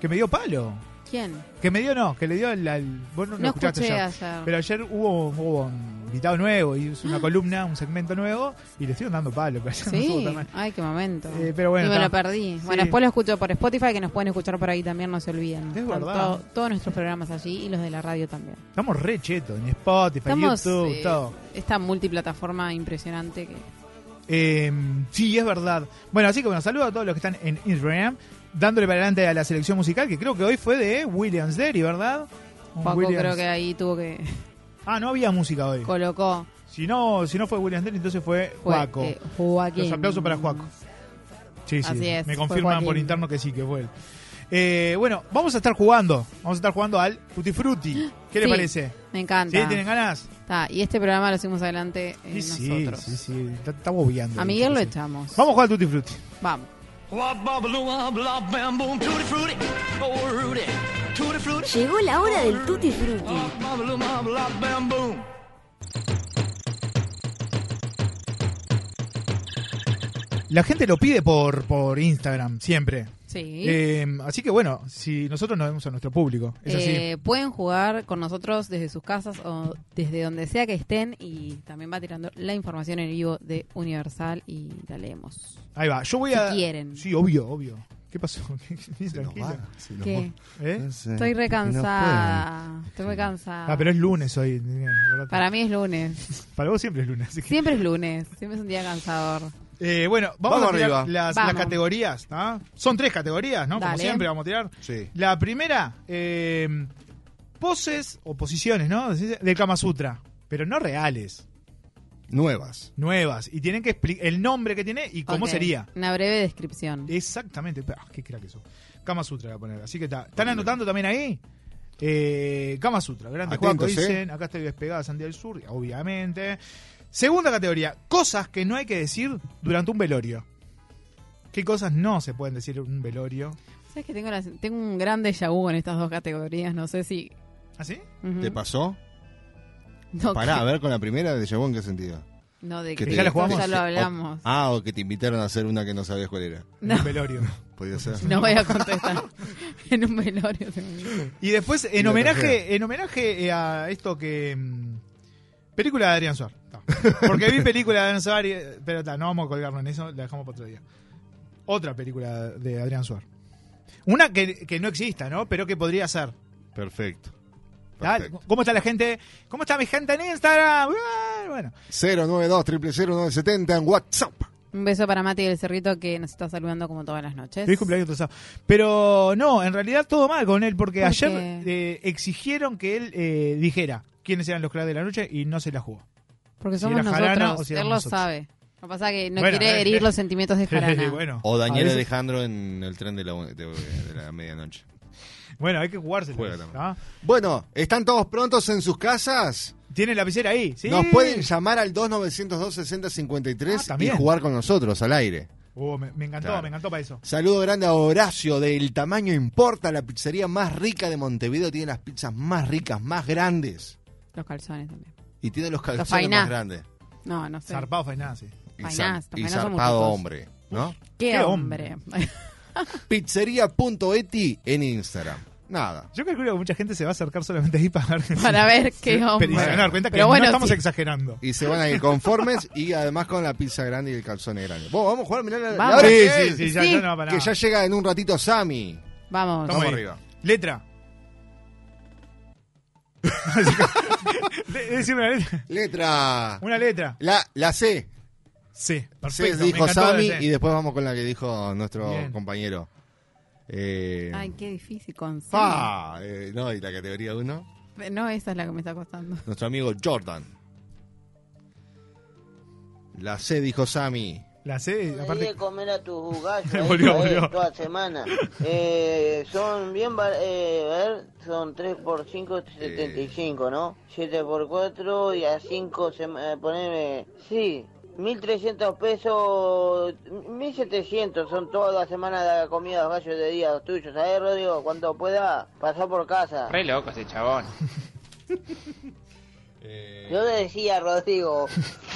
Speaker 6: que me dio palo.
Speaker 14: ¿Quién?
Speaker 6: Que me dio no, que le dio el... al- vos no, lo
Speaker 14: No
Speaker 6: escuchaste
Speaker 14: escuché
Speaker 6: ya.
Speaker 14: ayer. Ah.
Speaker 6: Pero ayer hubo, hubo un invitado nuevo y hizo una columna, un segmento nuevo y le estoy dando palo. Pero ayer no supo
Speaker 14: Sí,
Speaker 6: tan mal.
Speaker 14: ay, qué momento.
Speaker 6: Eh, pero bueno,
Speaker 14: y me lo
Speaker 6: está.
Speaker 14: perdí.
Speaker 6: Sí.
Speaker 14: Bueno, después lo escucho por Spotify, que nos pueden escuchar por ahí también, no se olviden. Es
Speaker 6: verdad.
Speaker 14: todos nuestros programas allí y los de la radio también.
Speaker 6: Estamos re chetos en Spotify,
Speaker 14: Estamos
Speaker 6: YouTube,
Speaker 14: eh,
Speaker 6: todo.
Speaker 14: esta multiplataforma impresionante que
Speaker 6: Eh, sí, es verdad. Bueno, así que bueno, saludo a todos los que están en Instagram, dándole para adelante a la selección musical, que creo que hoy fue de Williams Derry, ¿verdad? Un
Speaker 14: Paco
Speaker 6: Williams-
Speaker 14: creo que ahí tuvo que
Speaker 6: Ah, no había música hoy.
Speaker 14: colocó
Speaker 6: Si no, si no fue Williams Derry, entonces fue,
Speaker 14: Fue,
Speaker 6: Juaco.
Speaker 14: eh, Joaquín.
Speaker 6: Los aplausos para Juaco. Sí, sí.
Speaker 14: Así es,
Speaker 6: me
Speaker 14: fue
Speaker 6: confirman por
Speaker 14: Joaquín.
Speaker 6: interno que sí, que fue él. Eh, bueno, vamos a estar jugando. Vamos a estar jugando al Tutti Frutti. ¿Qué le
Speaker 14: Sí,
Speaker 6: parece?
Speaker 14: Me encanta.
Speaker 6: ¿Sí? ¿Tienen ganas?
Speaker 14: Está, y este programa lo seguimos adelante eh,
Speaker 6: Sí, sí,
Speaker 14: nosotros.
Speaker 6: sí, sí. Está, está bobeando.
Speaker 14: A Miguel lo echamos.
Speaker 6: Vamos a jugar al Tutti Frutti.
Speaker 14: Vamos.
Speaker 13: Oh,
Speaker 12: Llegó la hora del tutti frutti.
Speaker 6: La gente lo pide por, por Instagram, siempre.
Speaker 14: Sí.
Speaker 6: Eh, así que bueno, si nosotros nos vemos a nuestro público, es así.
Speaker 14: Eh, pueden jugar con nosotros desde sus casas o desde donde sea que estén y también va tirando la información en vivo de Universal y la leemos.
Speaker 6: Ahí va, yo voy
Speaker 14: si
Speaker 6: a...
Speaker 14: quieren.
Speaker 6: Sí, obvio, obvio. ¿Qué pasó? Tranquila. ¿Eh?
Speaker 14: nos ¿Qué? Estoy recansada. Estoy muy cansada.
Speaker 6: Ah, pero es lunes hoy. bien, acordate.
Speaker 14: Para mí es lunes.
Speaker 6: Para vos siempre es lunes. así que-
Speaker 14: Siempre es lunes. Siempre es un día cansador.
Speaker 6: Eh, bueno, vamos,
Speaker 14: Vamos
Speaker 6: a tirar
Speaker 14: arriba.
Speaker 6: Las,
Speaker 14: Vamos.
Speaker 6: las categorías. ¿ah? Son tres categorías, ¿no? Como
Speaker 14: Dale.
Speaker 6: siempre, vamos a tirar. La primera, eh, poses o posiciones, ¿no? Del Kama Sutra, pero no reales.
Speaker 4: Nuevas.
Speaker 6: Nuevas. Y tienen que explicar el nombre que tiene y cómo
Speaker 14: Ok.
Speaker 6: sería.
Speaker 14: Una breve descripción.
Speaker 6: Exactamente. Ah, qué crack eso. Kama Sutra voy a poner. Así que está. ¿Están anotando también ahí? Eh, Kama Sutra, grande
Speaker 4: Atentos,
Speaker 6: Juaco,
Speaker 4: eh.
Speaker 6: dicen. Acá estoy despegada Santiago del Sur, obviamente. Segunda categoría, cosas que no hay que decir durante un velorio. ¿Qué cosas no se pueden decir en un velorio?
Speaker 14: ¿Sabes que tengo, la- tengo un gran déjà vu en estas dos categorías? No sé si.
Speaker 6: ¿Ah, sí?
Speaker 14: Ujú.
Speaker 4: ¿Te pasó?
Speaker 14: No,
Speaker 4: Pará,
Speaker 14: que-
Speaker 4: a ver con la primera de llevó en qué sentido.
Speaker 14: No, de
Speaker 4: Que
Speaker 14: que
Speaker 4: te-
Speaker 14: ya la
Speaker 4: que-
Speaker 14: jugamos.
Speaker 4: que-
Speaker 14: Ya lo
Speaker 4: o-
Speaker 14: hablamos.
Speaker 4: ah, o que te invitaron a hacer una que no sabías cuál era.
Speaker 14: No.
Speaker 6: Un velorio.
Speaker 4: Podía ser.
Speaker 14: No voy a contestar. en un velorio.
Speaker 6: Y después, eh, en
Speaker 4: la
Speaker 6: homenaje,
Speaker 4: tercera.
Speaker 6: en homenaje eh, a esto que. mm, Película de Adrián Suárez. No. Porque vi película de Adrián Suárez, y- pero ta, no vamos a colgarnos en eso, la dejamos para otro día. Otra película de Adrián Suárez. Una que, que no exista, ¿no? Pero que podría ser.
Speaker 4: Perfecto.
Speaker 6: ¿Ah?
Speaker 4: Perfecto.
Speaker 6: ¿Cómo está la gente? ¿Cómo está mi gente en Instagram? Ah, Bueno.
Speaker 4: 092 0970 en WhatsApp.
Speaker 14: Un beso para Mati del Cerrito que nos está saludando como todas las noches.
Speaker 6: Feliz cumpleaños atrasado. Pero no, en realidad todo mal con él, porque
Speaker 14: ¿Por
Speaker 6: ayer
Speaker 14: qué?
Speaker 6: eh, exigieron que él eh, dijera quiénes eran los claves de la noche y no se la jugó.
Speaker 14: Porque
Speaker 6: Si
Speaker 14: somos
Speaker 6: era
Speaker 14: nosotros.
Speaker 6: Jarana o si
Speaker 14: Él
Speaker 6: éramos
Speaker 14: lo
Speaker 6: nosotros.
Speaker 14: sabe. Lo que pasa es que no
Speaker 6: Bueno,
Speaker 14: quiere
Speaker 6: eh,
Speaker 14: herir
Speaker 6: eh.
Speaker 14: los sentimientos de Jarana.
Speaker 6: Bueno.
Speaker 4: O Daniel
Speaker 6: a veces-
Speaker 4: Alejandro en el tren de la, de- de la medianoche.
Speaker 6: Bueno, hay que jugársela.
Speaker 4: Juega también.
Speaker 6: ¿ah?
Speaker 4: Bueno, ¿están todos prontos en sus casas?
Speaker 6: Tiene la lapicera ahí, sí.
Speaker 4: Nos pueden llamar al 2902-6053 y
Speaker 6: Ah, también.
Speaker 4: jugar con nosotros al aire.
Speaker 6: Uh, me, me encantó,
Speaker 4: Claro.
Speaker 6: me encantó para eso.
Speaker 4: Saludo grande a Horacio de El Tamaño Importa, la pizzería más rica de Montevideo. Tiene las pizzas más ricas, más grandes.
Speaker 14: Los calzones también.
Speaker 4: Y tiene los calzones
Speaker 14: fainá.
Speaker 4: más grandes.
Speaker 14: No, no sé.
Speaker 6: Zarpado Fainá, sí.
Speaker 4: Y,
Speaker 14: Fainá,
Speaker 4: zar-
Speaker 14: los
Speaker 4: y
Speaker 14: fainá son
Speaker 4: zarpado
Speaker 14: muchos.
Speaker 4: hombre, ¿no?
Speaker 14: Qué,
Speaker 6: Qué
Speaker 14: hombre.
Speaker 4: Pizzería.eti en Instagram. Nada.
Speaker 6: Yo calculo que mucha gente se va a acercar solamente ahí para ver.
Speaker 14: Para ver qué hombre.
Speaker 6: Pero y se van a dar cuenta que
Speaker 14: Pero bueno,
Speaker 6: no estamos
Speaker 14: sí.
Speaker 6: exagerando.
Speaker 4: Y se van a ir conformes y además con la pizza grande y el calzone grande. Vos, vamos a jugar, mirá la, la
Speaker 14: Vamos.
Speaker 4: hora
Speaker 14: Sí,
Speaker 4: que
Speaker 14: sí,
Speaker 4: es.
Speaker 14: sí, ya- Sí. ya no va para
Speaker 4: Que
Speaker 14: nada.
Speaker 4: ya llega en un ratito Sami.
Speaker 14: Vamos.
Speaker 4: Vamos arriba.
Speaker 6: Letra. De- Decime una letra.
Speaker 4: Letra.
Speaker 6: Una letra.
Speaker 4: La, la C.
Speaker 6: Sí,
Speaker 4: C
Speaker 6: perfecto. me
Speaker 4: dijo
Speaker 6: encantó la
Speaker 4: Sami
Speaker 6: C.
Speaker 4: y después vamos con la que dijo nuestro
Speaker 6: Bien.
Speaker 4: compañero. Eh,
Speaker 14: Ay, qué difícil con C.
Speaker 4: fa, eh, no, y la categoría 1.
Speaker 14: No, esa es la que me está costando.
Speaker 4: Nuestro amigo Jordan. La C dijo Sami.
Speaker 6: La sede,
Speaker 1: Le di
Speaker 6: aparte.
Speaker 1: de comer a tus gallos ahí,
Speaker 6: Volvió,
Speaker 1: joder,
Speaker 6: volvió.
Speaker 1: toda semana. Eh, son bien, bar- eh, a ver, son 3 por 5, 75, ¿no? 7 por 4 y a 5, poneme, sí, 1.300 pesos, 1.700 son todas las semanas de la comida de los gallos de día tuyos. A ver, Rodrigo, cuando pueda, pasá por casa.
Speaker 2: Re loco ese chabón.
Speaker 6: Eh,
Speaker 1: Yo le decía, Rodrigo,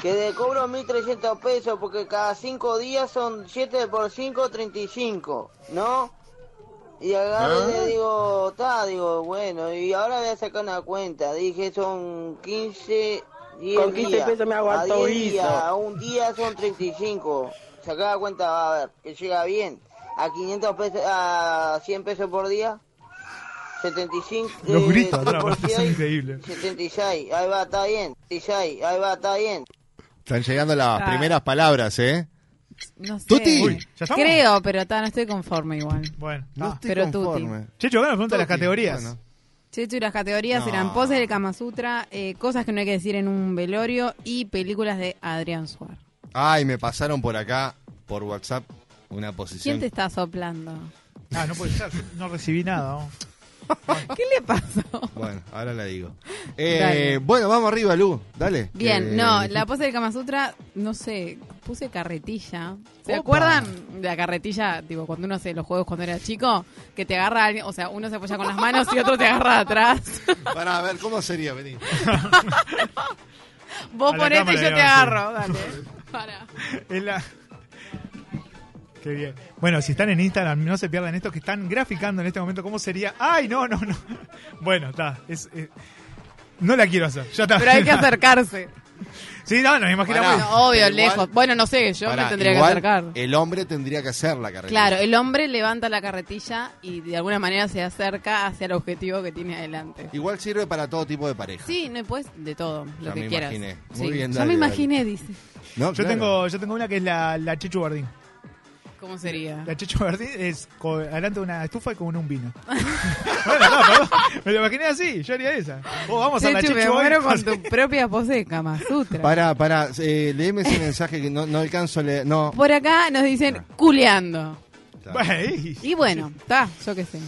Speaker 1: que de cobro 1.300 pesos porque cada 5 días son 7 por 5, 35, ¿no? Y agarré y
Speaker 6: ¿Ah?
Speaker 1: le digo, está, digo, bueno, y ahora voy a sacar una cuenta. Dije, son 15, 10
Speaker 17: Con 15
Speaker 1: días.
Speaker 17: pesos me hago
Speaker 1: a
Speaker 17: harto
Speaker 1: 10
Speaker 17: guiso.
Speaker 1: días, a un día son 35. Sacá la cuenta, va a ver, que llega bien. A 500 pesos, a 100 pesos por día, 75.
Speaker 6: Los
Speaker 1: eh,
Speaker 6: gritos
Speaker 1: tres
Speaker 6: atrás,
Speaker 1: por
Speaker 6: aparte, son
Speaker 1: seis,
Speaker 6: increíbles.
Speaker 1: 76, ahí va, está bien. 76, ahí va, está bien.
Speaker 4: Están llegando las
Speaker 14: Ah.
Speaker 4: primeras palabras, ¿eh?
Speaker 14: No sé.
Speaker 4: Tuti. Uy, ¿ya estamos?
Speaker 14: Creo, pero ta, no estoy conforme igual.
Speaker 6: Bueno,
Speaker 4: No estoy
Speaker 14: Ah, pero
Speaker 4: conforme.
Speaker 14: Tuti.
Speaker 6: Checho, acá nos pregunta las
Speaker 4: Tuti,
Speaker 6: categorías.
Speaker 4: bueno.
Speaker 14: Checho, y las categorías
Speaker 6: No.
Speaker 14: eran poses del Kama Sutra, eh, cosas que no hay que decir en un velorio y películas de Adrián Suárez.
Speaker 4: Ay, me pasaron por acá, por WhatsApp, una posición.
Speaker 14: ¿Quién te está soplando?
Speaker 6: Ah, no puede ser, yo no recibí nada. oh, ¿no?
Speaker 14: ¿Qué le pasa?
Speaker 4: Bueno, ahora la digo. Eh,
Speaker 14: Dale.
Speaker 4: bueno, vamos arriba, Lu. Dale. Eh,
Speaker 14: Bien,
Speaker 4: Que-
Speaker 14: no, la pose del Kama Sutra, no sé, puse carretilla. ¿Se
Speaker 4: Opa.
Speaker 14: acuerdan de la carretilla, tipo, cuando uno hace los juegos cuando era chico? Que te agarra, alguien- o sea, uno se apoya con las manos y otro te agarra atrás.
Speaker 4: Para a ver, ¿cómo sería? Vení.
Speaker 14: Vos
Speaker 6: A la
Speaker 14: ponete y yo
Speaker 6: cámara,
Speaker 14: te
Speaker 6: digamos, sí.
Speaker 14: agarro, dale. Para.
Speaker 6: Es la- Qué bien. Bueno, si están en Instagram, no se pierdan esto que están graficando en este momento. ¿Cómo sería? ¡Ay, no, no, no! Bueno, está. es- eh, No la quiero hacer. Ya está.
Speaker 14: Pero hay que acercarse.
Speaker 6: Sí, no, nos imaginamos.
Speaker 14: Bueno, obvio, lejos. Bueno, no sé, yo
Speaker 4: Pará,
Speaker 14: me tendría
Speaker 4: igual
Speaker 14: que acercar.
Speaker 4: El hombre tendría que hacer la carrera.
Speaker 14: Claro, el hombre levanta la carretilla y de alguna manera se acerca hacia el objetivo que tiene adelante.
Speaker 4: Igual sirve para todo tipo de pareja.
Speaker 14: Sí, no puedes de todo, lo
Speaker 4: Ya
Speaker 14: que
Speaker 4: me
Speaker 14: quieras.
Speaker 4: imaginé.
Speaker 14: Sí.
Speaker 4: Muy bien,
Speaker 14: ya
Speaker 4: dale,
Speaker 14: me
Speaker 4: dale.
Speaker 14: imaginé, dice.
Speaker 4: No,
Speaker 6: yo,
Speaker 4: claro.
Speaker 6: tengo, yo tengo una que es la, la Chechu Bardín.
Speaker 14: ¿Cómo sería?
Speaker 6: La Chechu Bardín es co- adelante de una estufa y con un vino. bueno, no, perdón. Me lo imaginé así. Yo haría esa. Vos vamos a la
Speaker 14: Chechu,
Speaker 6: Chechu
Speaker 14: me
Speaker 6: hoy.
Speaker 14: muero con tu propia pose de Kama Sutra.
Speaker 4: Pará, pará, eh, leeme ese mensaje que no, no alcanzo a leer. No.
Speaker 14: Por acá nos dicen culeando.
Speaker 4: Bueno.
Speaker 14: Y bueno, está, yo qué sé.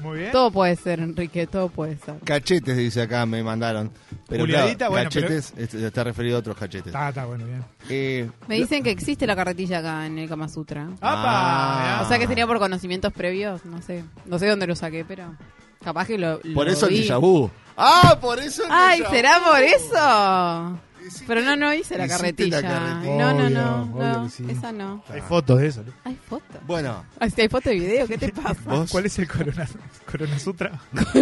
Speaker 6: Muy bien.
Speaker 14: Todo puede ser, Enrique, todo puede ser.
Speaker 4: Cachetes, dice acá, me mandaron. Pero
Speaker 6: Juliadita,
Speaker 4: claro,
Speaker 6: bueno,
Speaker 4: cachetes, este, está referido a otros cachetes.
Speaker 6: Está, está, bueno, bien.
Speaker 4: Eh,
Speaker 14: Me dicen que existe la carretilla acá en el Kama Sutra.
Speaker 4: Ah.
Speaker 14: O sea que sería por conocimientos previos, no sé. No sé dónde lo saqué, pero capaz que lo.
Speaker 4: por
Speaker 14: lo
Speaker 4: eso el
Speaker 14: vi.
Speaker 4: déjà vu. ¡Ah, por eso!
Speaker 14: ¡Ay,
Speaker 4: déjà
Speaker 14: será
Speaker 4: vu.
Speaker 14: por eso! Pero no, no hice la
Speaker 4: Hiciste
Speaker 14: carretilla.
Speaker 4: la carretilla.
Speaker 14: No, no,
Speaker 4: Obvio,
Speaker 14: no.
Speaker 4: obvio
Speaker 14: no,
Speaker 4: que sí.
Speaker 14: Esa no.
Speaker 6: Hay
Speaker 4: Ah,
Speaker 6: fotos de eso. ¿no?
Speaker 14: Hay fotos.
Speaker 4: Bueno.
Speaker 14: Ay, si hay foto y video, ¿qué te pasa?
Speaker 6: ¿Cuál es el Corona, corona Sutra?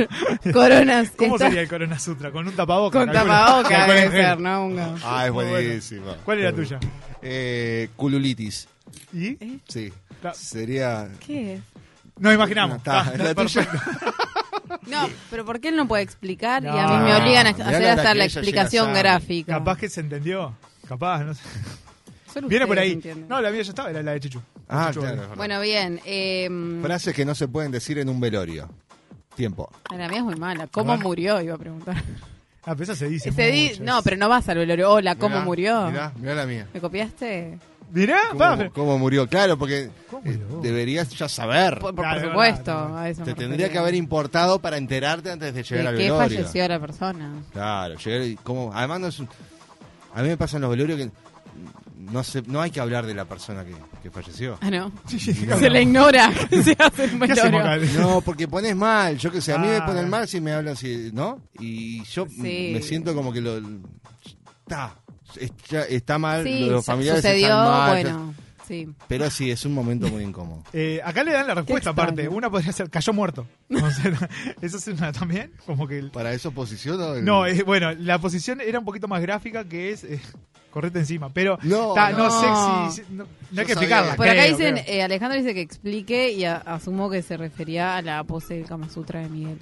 Speaker 14: Corona-
Speaker 6: ¿Cómo
Speaker 14: está-
Speaker 6: sería el Corona Sutra? Con un tapabocas.
Speaker 14: Con
Speaker 6: de alcohol-
Speaker 14: tapabocas
Speaker 6: de alcohol en
Speaker 14: debe
Speaker 6: gel.
Speaker 14: ser, ¿no? Un-
Speaker 4: Ah, es
Speaker 6: Muy bueno.
Speaker 4: buenísimo.
Speaker 6: ¿Cuál era tuya?
Speaker 4: Eh, cululitis.
Speaker 6: ¿Y?
Speaker 14: ¿Eh?
Speaker 4: Sí.
Speaker 6: La-
Speaker 4: Sería.
Speaker 14: ¿Qué es?
Speaker 6: Nos imaginamos.
Speaker 4: Está,
Speaker 6: Está,
Speaker 4: es la
Speaker 6: está
Speaker 4: tuya.
Speaker 14: No, pero ¿por qué él no puede explicar? y a
Speaker 6: No.
Speaker 14: mí me obligan a
Speaker 6: Ah, Mirá
Speaker 14: hacer
Speaker 6: la
Speaker 14: hasta la
Speaker 6: que ella llega
Speaker 14: explicación
Speaker 6: a saber.
Speaker 14: gráfica.
Speaker 6: Capaz que se entendió. Capaz, no sé.
Speaker 14: Solo
Speaker 6: Viene
Speaker 14: ustedes
Speaker 6: por ahí.
Speaker 14: entienden.
Speaker 6: No, la mía ya estaba, era la de Chichu.
Speaker 4: Ah,
Speaker 6: Chichu,
Speaker 4: claro.
Speaker 6: bueno.
Speaker 14: Bueno, bien. Eh,
Speaker 4: Frases que no se pueden decir en un velorio. Tiempo.
Speaker 14: la mía es muy mala. ¿Cómo
Speaker 6: A ver.
Speaker 14: murió? Iba a preguntar.
Speaker 6: Ah, pero esa se dice.
Speaker 14: Ese di-
Speaker 6: mucho.
Speaker 14: no, pero no vas al velorio. Hola, ¿cómo
Speaker 4: Mirá,
Speaker 14: murió?
Speaker 4: Mirá, mirá la mía.
Speaker 14: ¿Me copiaste?
Speaker 6: Mirá,
Speaker 4: ¿Cómo, cómo murió? Claro, porque eh, deberías ya saber.
Speaker 14: Por, por- por supuesto. a eso
Speaker 4: Te
Speaker 14: me
Speaker 4: tendría que
Speaker 14: refería.
Speaker 4: haber importado para enterarte antes de llegar al
Speaker 14: ¿De qué
Speaker 4: velorio.
Speaker 14: falleció la persona?
Speaker 4: Claro, llegar y como además no es un- a mí me pasan los velorios que no se, no hay que hablar de la persona que, que falleció.
Speaker 14: Ah, no.
Speaker 4: no.
Speaker 14: Se la ignora. se hace un velorio.
Speaker 4: No, porque pones mal, yo que sé, a mí me
Speaker 14: Ah.
Speaker 4: ponen mal si me hablan así, ¿no? Y yo
Speaker 14: Sí.
Speaker 4: me siento como que lo está está, está mal,
Speaker 14: Sí,
Speaker 4: los familiares
Speaker 14: sucedió,
Speaker 4: están mal.
Speaker 14: bueno. Sí.
Speaker 4: Pero sí, es un momento muy incómodo.
Speaker 6: Eh, acá le dan la respuesta aparte. Una podría ser cayó muerto. O sea, Esa es una también. Como que.
Speaker 4: ¿Para eso posiciona? el-
Speaker 6: No, eh, bueno, la posición era un poquito más gráfica que es. eh, correte encima. Pero.
Speaker 4: No,
Speaker 6: ta, no,
Speaker 4: no.
Speaker 6: sexy. No, no hay que explicarla.
Speaker 14: Por acá
Speaker 6: creo,
Speaker 14: dicen,
Speaker 6: creo.
Speaker 14: eh, Alejandro dice que explique y a- asumo que se refería a la pose del Kama Sutra de Miguel.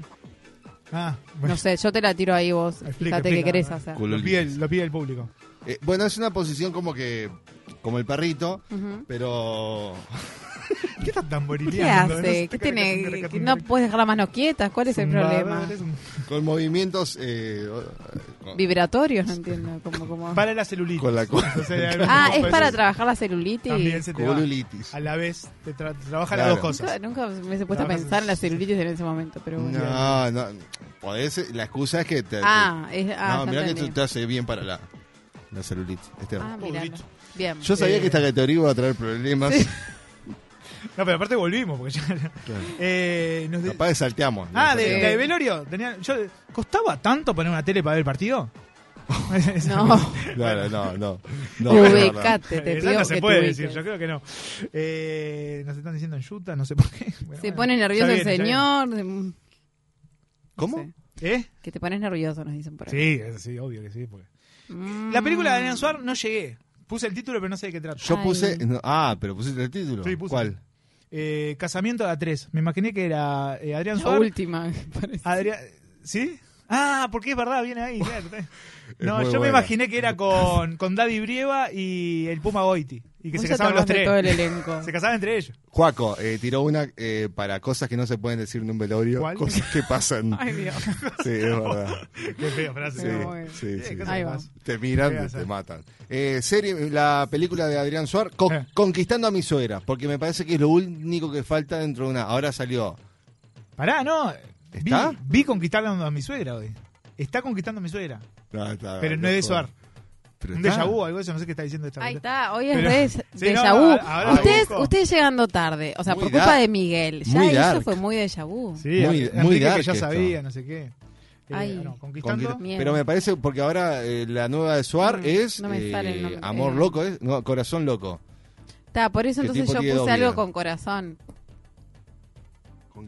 Speaker 6: Ah,
Speaker 14: No sé, yo te la tiro ahí vos.
Speaker 6: explica,
Speaker 14: Fíjate qué
Speaker 6: explica.
Speaker 14: querés hacer.
Speaker 6: Lo pide, el- lo pide el público.
Speaker 4: Eh, bueno, es una posición como que como el perrito,
Speaker 14: Ujú.
Speaker 4: pero
Speaker 6: ¿Qué está tan
Speaker 14: ¿Qué
Speaker 6: borileando?
Speaker 14: hace? ¿Qué tiene? ¿No puedes dejar las manos quietas? ¿Cuál es el problema?
Speaker 4: Con movimientos. eh, o- con-
Speaker 14: Vibratorios, no entiendo. ¿Cómo, cómo?
Speaker 6: Para la celulitis.
Speaker 4: Con la cu-
Speaker 14: Ah, es para trabajar la celulitis.
Speaker 6: También se te va.
Speaker 4: Celulitis.
Speaker 6: A la vez, te tra- trabaja
Speaker 4: Claro.
Speaker 6: las dos cosas.
Speaker 14: Nunca, nunca me he puesto a
Speaker 6: Trabajas-
Speaker 14: pensar en la celulitis en ese momento, pero bueno.
Speaker 4: No, no. Podés, la excusa es que te.
Speaker 14: Ah, es- ah,
Speaker 4: no,
Speaker 14: ya
Speaker 4: mirá que
Speaker 14: entendí.
Speaker 4: tú te hace bien para la, la celulitis. Esteban.
Speaker 14: Ah, miralo. Bien.
Speaker 4: Yo sabía
Speaker 6: Eh.
Speaker 4: que esta categoría iba a traer problemas.
Speaker 6: No, pero aparte volvimos, porque ya. Eh, nos de-
Speaker 4: Capaz que salteamos.
Speaker 6: Ah, de, la de velorio. Tenía, yo, ¿Costaba tanto poner una tele para ver el partido?
Speaker 14: No.
Speaker 4: Claro, no, no. no,
Speaker 6: Bueno,
Speaker 4: no, no.
Speaker 14: Ubicate, te
Speaker 6: Eso
Speaker 14: pido
Speaker 6: no se
Speaker 14: que te
Speaker 6: puede
Speaker 14: ubiques.
Speaker 6: decir, yo creo que no. Eh, nos están diciendo en Utah, no sé por qué. Bueno,
Speaker 14: Se
Speaker 6: bueno,
Speaker 14: pone
Speaker 6: ya
Speaker 14: nervioso el
Speaker 6: viene, ya viene.
Speaker 14: señor. mm,
Speaker 4: ¿Cómo?
Speaker 6: ¿Eh?
Speaker 14: Que te pones nervioso, nos dicen por ahí.
Speaker 6: Sí, eso sí, obvio que sí. pues. porque-
Speaker 14: Mm.
Speaker 6: La película de Daniel Suar no llegué. Puse el título, pero no sé de qué trata.
Speaker 4: Yo puse. no, ah, pero pusiste el título.
Speaker 6: Sí, puse.
Speaker 4: ¿Cuál?
Speaker 6: Eh, Casamiento de A3. Me imaginé que era eh, Adrián
Speaker 14: La
Speaker 6: Suar.
Speaker 14: última.
Speaker 6: Adrián- ¿Sí? Ah, porque es verdad, viene ahí. claro. no,
Speaker 4: muy
Speaker 6: yo me
Speaker 4: buena.
Speaker 6: imaginé que era con, con Daddy Brieva y el Puma Goiti. Y que
Speaker 14: Vos
Speaker 6: se
Speaker 14: ya
Speaker 6: casaban los
Speaker 14: tomaste
Speaker 6: tres.
Speaker 14: todo el elenco.
Speaker 6: se casaban entre ellos.
Speaker 4: Juaco eh, tiró una eh, para cosas que no se pueden decir en un velorio.
Speaker 6: ¿Cuál?
Speaker 4: Cosas que pasan.
Speaker 6: Ay, Dios.
Speaker 4: Sí, es verdad.
Speaker 6: Qué fea frase.
Speaker 4: Sí,
Speaker 6: pero bueno.
Speaker 4: sí, sí.
Speaker 6: cosas Ahí que va. pasan.
Speaker 4: Te miran,
Speaker 6: Feas,
Speaker 4: te
Speaker 6: eh.
Speaker 4: matan. Eh, serie, la película de Adrián Suar, Co-
Speaker 6: Eh.
Speaker 4: Conquistando a mi suegra, porque me parece que es lo único que falta dentro de una. Ahora salió.
Speaker 6: Pará, no. Vi,
Speaker 4: ¿Está?
Speaker 6: vi conquistando a mi suegra hoy. Está conquistando a mi suegra.
Speaker 4: No, está-
Speaker 6: pero no es de
Speaker 4: joder.
Speaker 6: Suar.
Speaker 4: Ah, Pero
Speaker 6: Un
Speaker 4: está.
Speaker 6: déjà vu, algo de eso, no sé qué está diciendo esta
Speaker 14: Ahí
Speaker 6: vuelta.
Speaker 14: está, hoy es
Speaker 6: Pero-
Speaker 14: de,
Speaker 6: Sí,
Speaker 14: déjà
Speaker 6: no,
Speaker 14: vu.
Speaker 6: no, ahora lo
Speaker 14: ustedes,
Speaker 6: busco.
Speaker 14: ustedes llegando tarde, o sea,
Speaker 6: Muy
Speaker 14: por culpa
Speaker 6: dark.
Speaker 14: de Miguel. Ya
Speaker 4: Muy
Speaker 14: eso
Speaker 4: dark.
Speaker 14: fue muy déjà vu.
Speaker 6: Sí,
Speaker 4: Muy-
Speaker 6: Enrique
Speaker 4: muy
Speaker 6: que
Speaker 4: dark
Speaker 6: ya
Speaker 4: esto.
Speaker 6: sabía, no sé qué. Eh,
Speaker 14: Ay.
Speaker 6: no, conquistando.
Speaker 4: Conquista- Pero me parece porque ahora eh, la nueva de Suar es
Speaker 14: Mm, no me
Speaker 4: eh,
Speaker 14: sale el nombre.
Speaker 4: Amor
Speaker 14: Eh.
Speaker 4: Loco, ¿es? No, Corazón Loco.
Speaker 14: Está, por eso
Speaker 4: Que
Speaker 14: entonces
Speaker 4: tipo
Speaker 14: yo
Speaker 4: tiene
Speaker 14: puse
Speaker 4: doble
Speaker 14: algo
Speaker 4: vida.
Speaker 14: con corazón.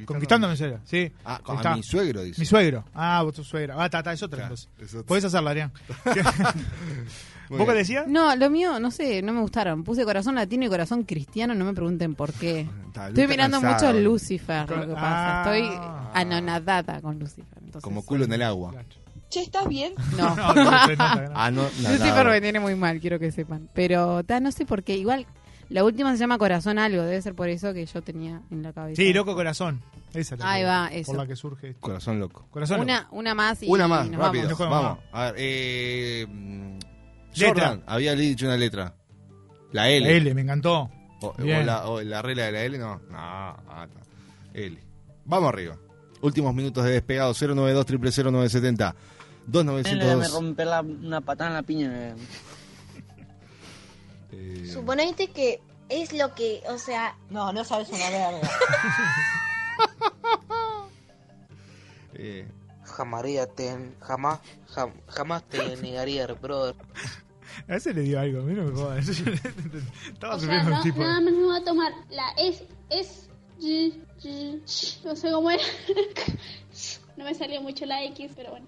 Speaker 6: Conquistando a mi suegra, sí.
Speaker 4: Ah, a
Speaker 6: Está.
Speaker 4: mi suegro, dice.
Speaker 6: Mi suegro. Ah, vos tu suegra. Ah, está, está, es otra entonces. Podés hacerla, Adrián.
Speaker 4: Muy
Speaker 6: ¿Vos qué
Speaker 4: bien.
Speaker 6: decías?
Speaker 14: No, lo mío, no sé, no me gustaron. Puse corazón latino y corazón cristiano, no me pregunten por qué.
Speaker 4: Está,
Speaker 14: Estoy
Speaker 4: está
Speaker 14: mirando
Speaker 4: cansado.
Speaker 14: mucho Lucifer, lo que pasa.
Speaker 6: Ah.
Speaker 14: Estoy anonadada con Lucifer. entonces-
Speaker 4: Como culo en el agua.
Speaker 14: Che, ¿estás bien? No.
Speaker 4: No, no, no, no, no. Ah, no,
Speaker 14: Lucifer
Speaker 4: nada.
Speaker 14: me tiene muy mal, quiero que sepan. Pero ta, no sé por qué. Igual, la última se llama Corazón Algo. Debe ser por eso que yo tenía en la cabeza.
Speaker 6: Sí, loco corazón. Esa es la
Speaker 14: Ahí
Speaker 6: que-
Speaker 14: va, eso.
Speaker 6: Por la que surge esto.
Speaker 4: Corazón Loco.
Speaker 6: Corazón
Speaker 14: Una, una más y
Speaker 4: Una más,
Speaker 14: nos
Speaker 4: rápido.
Speaker 14: vamos.
Speaker 4: Vamos. A ver, eh, mm, Jordan, había dicho una letra. La L.
Speaker 6: La L, me encantó.
Speaker 4: O, o
Speaker 6: Bien.
Speaker 4: la, o la regla de la L, no. No, ah, está. L. Vamos arriba. Últimos minutos de despegado: 092 0970
Speaker 2: Me
Speaker 4: 2902.
Speaker 2: romper la- una patada en la piña.
Speaker 3: Eh,
Speaker 17: Suponete que es lo que, o sea... No, no sabes una verga.
Speaker 4: Eh,
Speaker 2: Jamaría ten, jamás, jam- jamás te negaría, brother.
Speaker 6: A ese le dio algo, a mí no me jodas. Estaba
Speaker 17: O sea,
Speaker 6: sufriendo
Speaker 17: na-
Speaker 6: un tipo.
Speaker 17: Nada más me voy a tomar la S, S, Y, Y, no sé cómo era. No me salió mucho la X, pero bueno.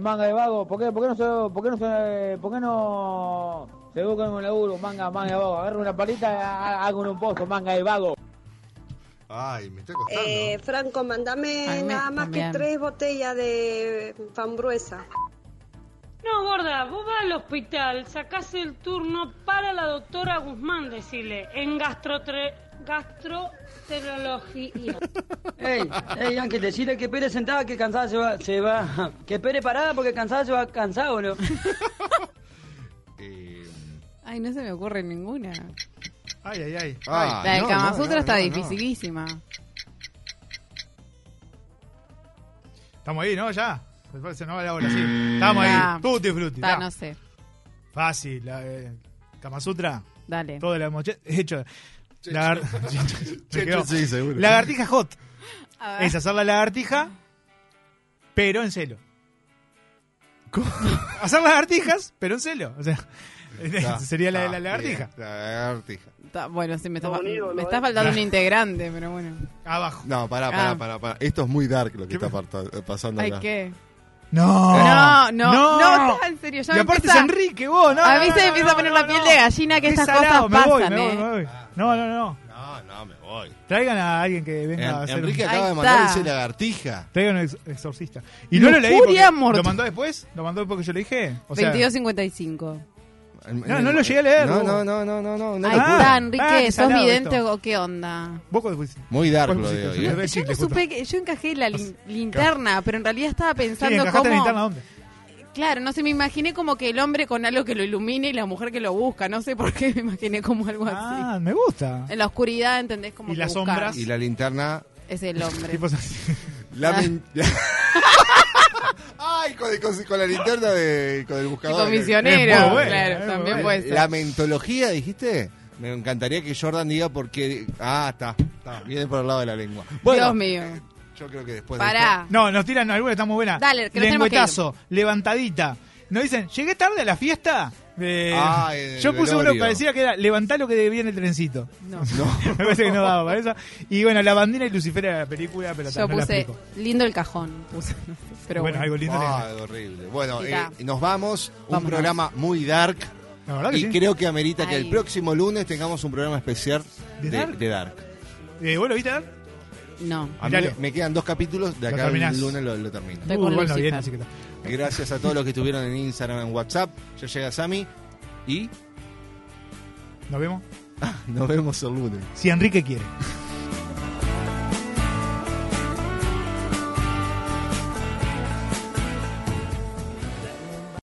Speaker 18: Manga de vago, ¿por qué, por qué no se, por qué no se, por qué no se buscan un laburo? Manga, manga de vago, agarra una palita, hago un pozo, manga de vago.
Speaker 4: Ay, me está
Speaker 19: Eh, Franco,
Speaker 18: Ay,
Speaker 19: mandame
Speaker 18: me-
Speaker 19: nada más
Speaker 18: también.
Speaker 19: que tres botellas de fambruesa.
Speaker 20: No, gorda, vos vas al hospital, sacás el turno para la doctora Guzmán, decirle, en gastrotre... gastroenterología.
Speaker 18: Ey, ey, Ángel, decirle que pere sentada, que cansada se va, se va. Que pere parada porque cansada se va cansado, ¿no?
Speaker 14: Ay, no se me ocurre ninguna.
Speaker 6: Ay, ay, ay.
Speaker 14: la del
Speaker 6: Ah, no,
Speaker 14: Kama
Speaker 6: no,
Speaker 14: Sutra
Speaker 6: no,
Speaker 14: está
Speaker 6: no, no.
Speaker 14: dificilísima.
Speaker 6: Estamos ahí, ¿no? Ya. Se nos va la hora, sí. Estamos
Speaker 14: Ah,
Speaker 6: ahí. Tutti frutti.
Speaker 14: Ta,
Speaker 6: ta.
Speaker 14: no sé.
Speaker 6: Fácil. La, eh, Kama Sutra.
Speaker 14: Dale.
Speaker 6: Todo la hemos hecho. Lagar- Me quedó.
Speaker 4: sí, seguro.
Speaker 6: Lagartija hot.
Speaker 14: A ver.
Speaker 6: Es hacer la lagartija, pero en celo. hacer lagartijas, pero en celo. O sea,
Speaker 4: Está,
Speaker 6: sería la de
Speaker 4: está,
Speaker 6: la lagartija.
Speaker 4: bien, La lagartija.
Speaker 14: Ta- bueno, sí, me está,
Speaker 19: un ídolo,
Speaker 14: me
Speaker 19: eh.
Speaker 14: está faltando un integrante, pero bueno.
Speaker 6: Abajo.
Speaker 4: No, pará, pará,
Speaker 14: Ah.
Speaker 4: pará, pará. Esto es muy dark lo que está parta- eh, pasando
Speaker 14: Ay,
Speaker 4: acá.
Speaker 14: ¿qué?
Speaker 6: No.
Speaker 14: No, no, no,
Speaker 6: No.
Speaker 14: está en serio. ya
Speaker 6: Y
Speaker 14: me
Speaker 6: aparte
Speaker 14: empieza-
Speaker 6: es Enrique, vos, no,
Speaker 14: A mí
Speaker 6: no,
Speaker 14: se me
Speaker 6: no,
Speaker 14: empieza a poner
Speaker 6: no,
Speaker 14: la piel
Speaker 6: no.
Speaker 14: de gallina que
Speaker 6: Qué
Speaker 14: estas
Speaker 6: salado,
Speaker 14: cosas
Speaker 6: me voy,
Speaker 14: pasan,
Speaker 6: me voy,
Speaker 14: ¿eh?
Speaker 6: me voy. No, no, no.
Speaker 4: No, no, me voy.
Speaker 6: Traigan a alguien que venga
Speaker 4: En-
Speaker 6: a hacer.
Speaker 4: Enrique
Speaker 6: un-
Speaker 4: acaba de mandar dice lagartija.
Speaker 6: Traigan un ex- exorcista. Y no lo leí.
Speaker 14: Lujuria
Speaker 6: porque-
Speaker 14: mortal.
Speaker 6: ¿Lo mandó después? ¿Lo mandó porque yo le dije? O sea,
Speaker 14: 22.55.
Speaker 6: No, no lo llegué a leer.
Speaker 4: No,
Speaker 6: Hugo.
Speaker 4: no, no, no, no. no, no
Speaker 14: Ahí
Speaker 4: lo pude.
Speaker 14: está, Enrique,
Speaker 6: ah, qué
Speaker 14: ¿sos
Speaker 6: salado
Speaker 14: vidente
Speaker 6: esto.
Speaker 14: o qué onda?
Speaker 6: Vos cuál fuiste?
Speaker 4: Muy dark
Speaker 6: ¿Cuál
Speaker 4: lo de
Speaker 6: pusiste?
Speaker 4: hoy.
Speaker 6: Yo
Speaker 4: ¿eh?
Speaker 6: le
Speaker 14: Yo
Speaker 6: chicle,
Speaker 14: no
Speaker 6: justo.
Speaker 14: supe que yo encajé la lin- linterna, pero en realidad estaba
Speaker 6: Sí,
Speaker 14: pensando
Speaker 6: ¿encajaste la linterna
Speaker 14: cómo
Speaker 6: dónde?
Speaker 14: Claro, no sé, me imaginé como que el hombre con algo que lo ilumine y la mujer que lo busca, no sé por qué me imaginé como algo
Speaker 6: Ah, me gusta.
Speaker 14: así. En la oscuridad, ¿entendés? Como
Speaker 6: Y
Speaker 14: que
Speaker 6: las
Speaker 14: buscar.
Speaker 6: sombras.
Speaker 4: Y la linterna.
Speaker 14: Es el hombre.
Speaker 4: La min- Ay, con, con- con la linterna de, con el buscador.
Speaker 14: Tipo misionero,
Speaker 4: Es muy buena,
Speaker 14: claro,
Speaker 4: es muy
Speaker 14: también
Speaker 4: buena.
Speaker 14: puede ser.
Speaker 4: La mentología, dijiste. Me encantaría que Jordan diga por qué. Ah, está, está, Viene por el lado de la lengua. Bueno,
Speaker 14: Dios mío.
Speaker 4: yo creo que después. de
Speaker 14: Pará.
Speaker 6: No, nos tiran alguna, está muy buena.
Speaker 14: Dale, que nos tenemos que
Speaker 6: Lengüetazo, levantadita. Nos dicen, ¿llegué tarde a la fiesta? Eh,
Speaker 4: Ah, el
Speaker 6: yo puse uno que
Speaker 4: velorio.
Speaker 6: parecía que era levantá lo que debía en el trencito.
Speaker 14: No.
Speaker 6: Me parece que no daba para eso. Y bueno, la bandina y Lucifer era la película, pero
Speaker 14: Yo
Speaker 6: no la
Speaker 14: puse
Speaker 6: explico.
Speaker 14: lindo el cajón. Puse, no sé, pero
Speaker 6: Bueno,
Speaker 14: bueno,
Speaker 6: algo lindo.
Speaker 4: Ah, horrible. Bueno,
Speaker 14: Mirá.
Speaker 4: eh, nos vamos. Un
Speaker 14: Vámonos.
Speaker 4: programa muy dark.
Speaker 6: La verdad que
Speaker 4: y
Speaker 6: sí.
Speaker 4: creo que amerita que
Speaker 14: Ay.
Speaker 4: el próximo lunes tengamos un programa especial
Speaker 6: ¿De
Speaker 4: de,
Speaker 6: dark?
Speaker 4: de dark.
Speaker 6: Eh, ¿Vos lo viste? Dan?
Speaker 14: No.
Speaker 4: A mí
Speaker 6: Miralo.
Speaker 4: me quedan dos capítulos, de
Speaker 6: Lo
Speaker 4: acá
Speaker 6: terminás.
Speaker 4: el lunes lo, lo termino.
Speaker 14: Estoy
Speaker 6: Uh,
Speaker 14: con
Speaker 6: bueno,
Speaker 14: Lucifer.
Speaker 6: bien, así que está.
Speaker 4: Gracias a todos los que estuvieron en Instagram, en WhatsApp. Yo llega Sami y
Speaker 6: Nos vemos.
Speaker 4: Ah, nos vemos el lunes.
Speaker 6: Si Enrique quiere.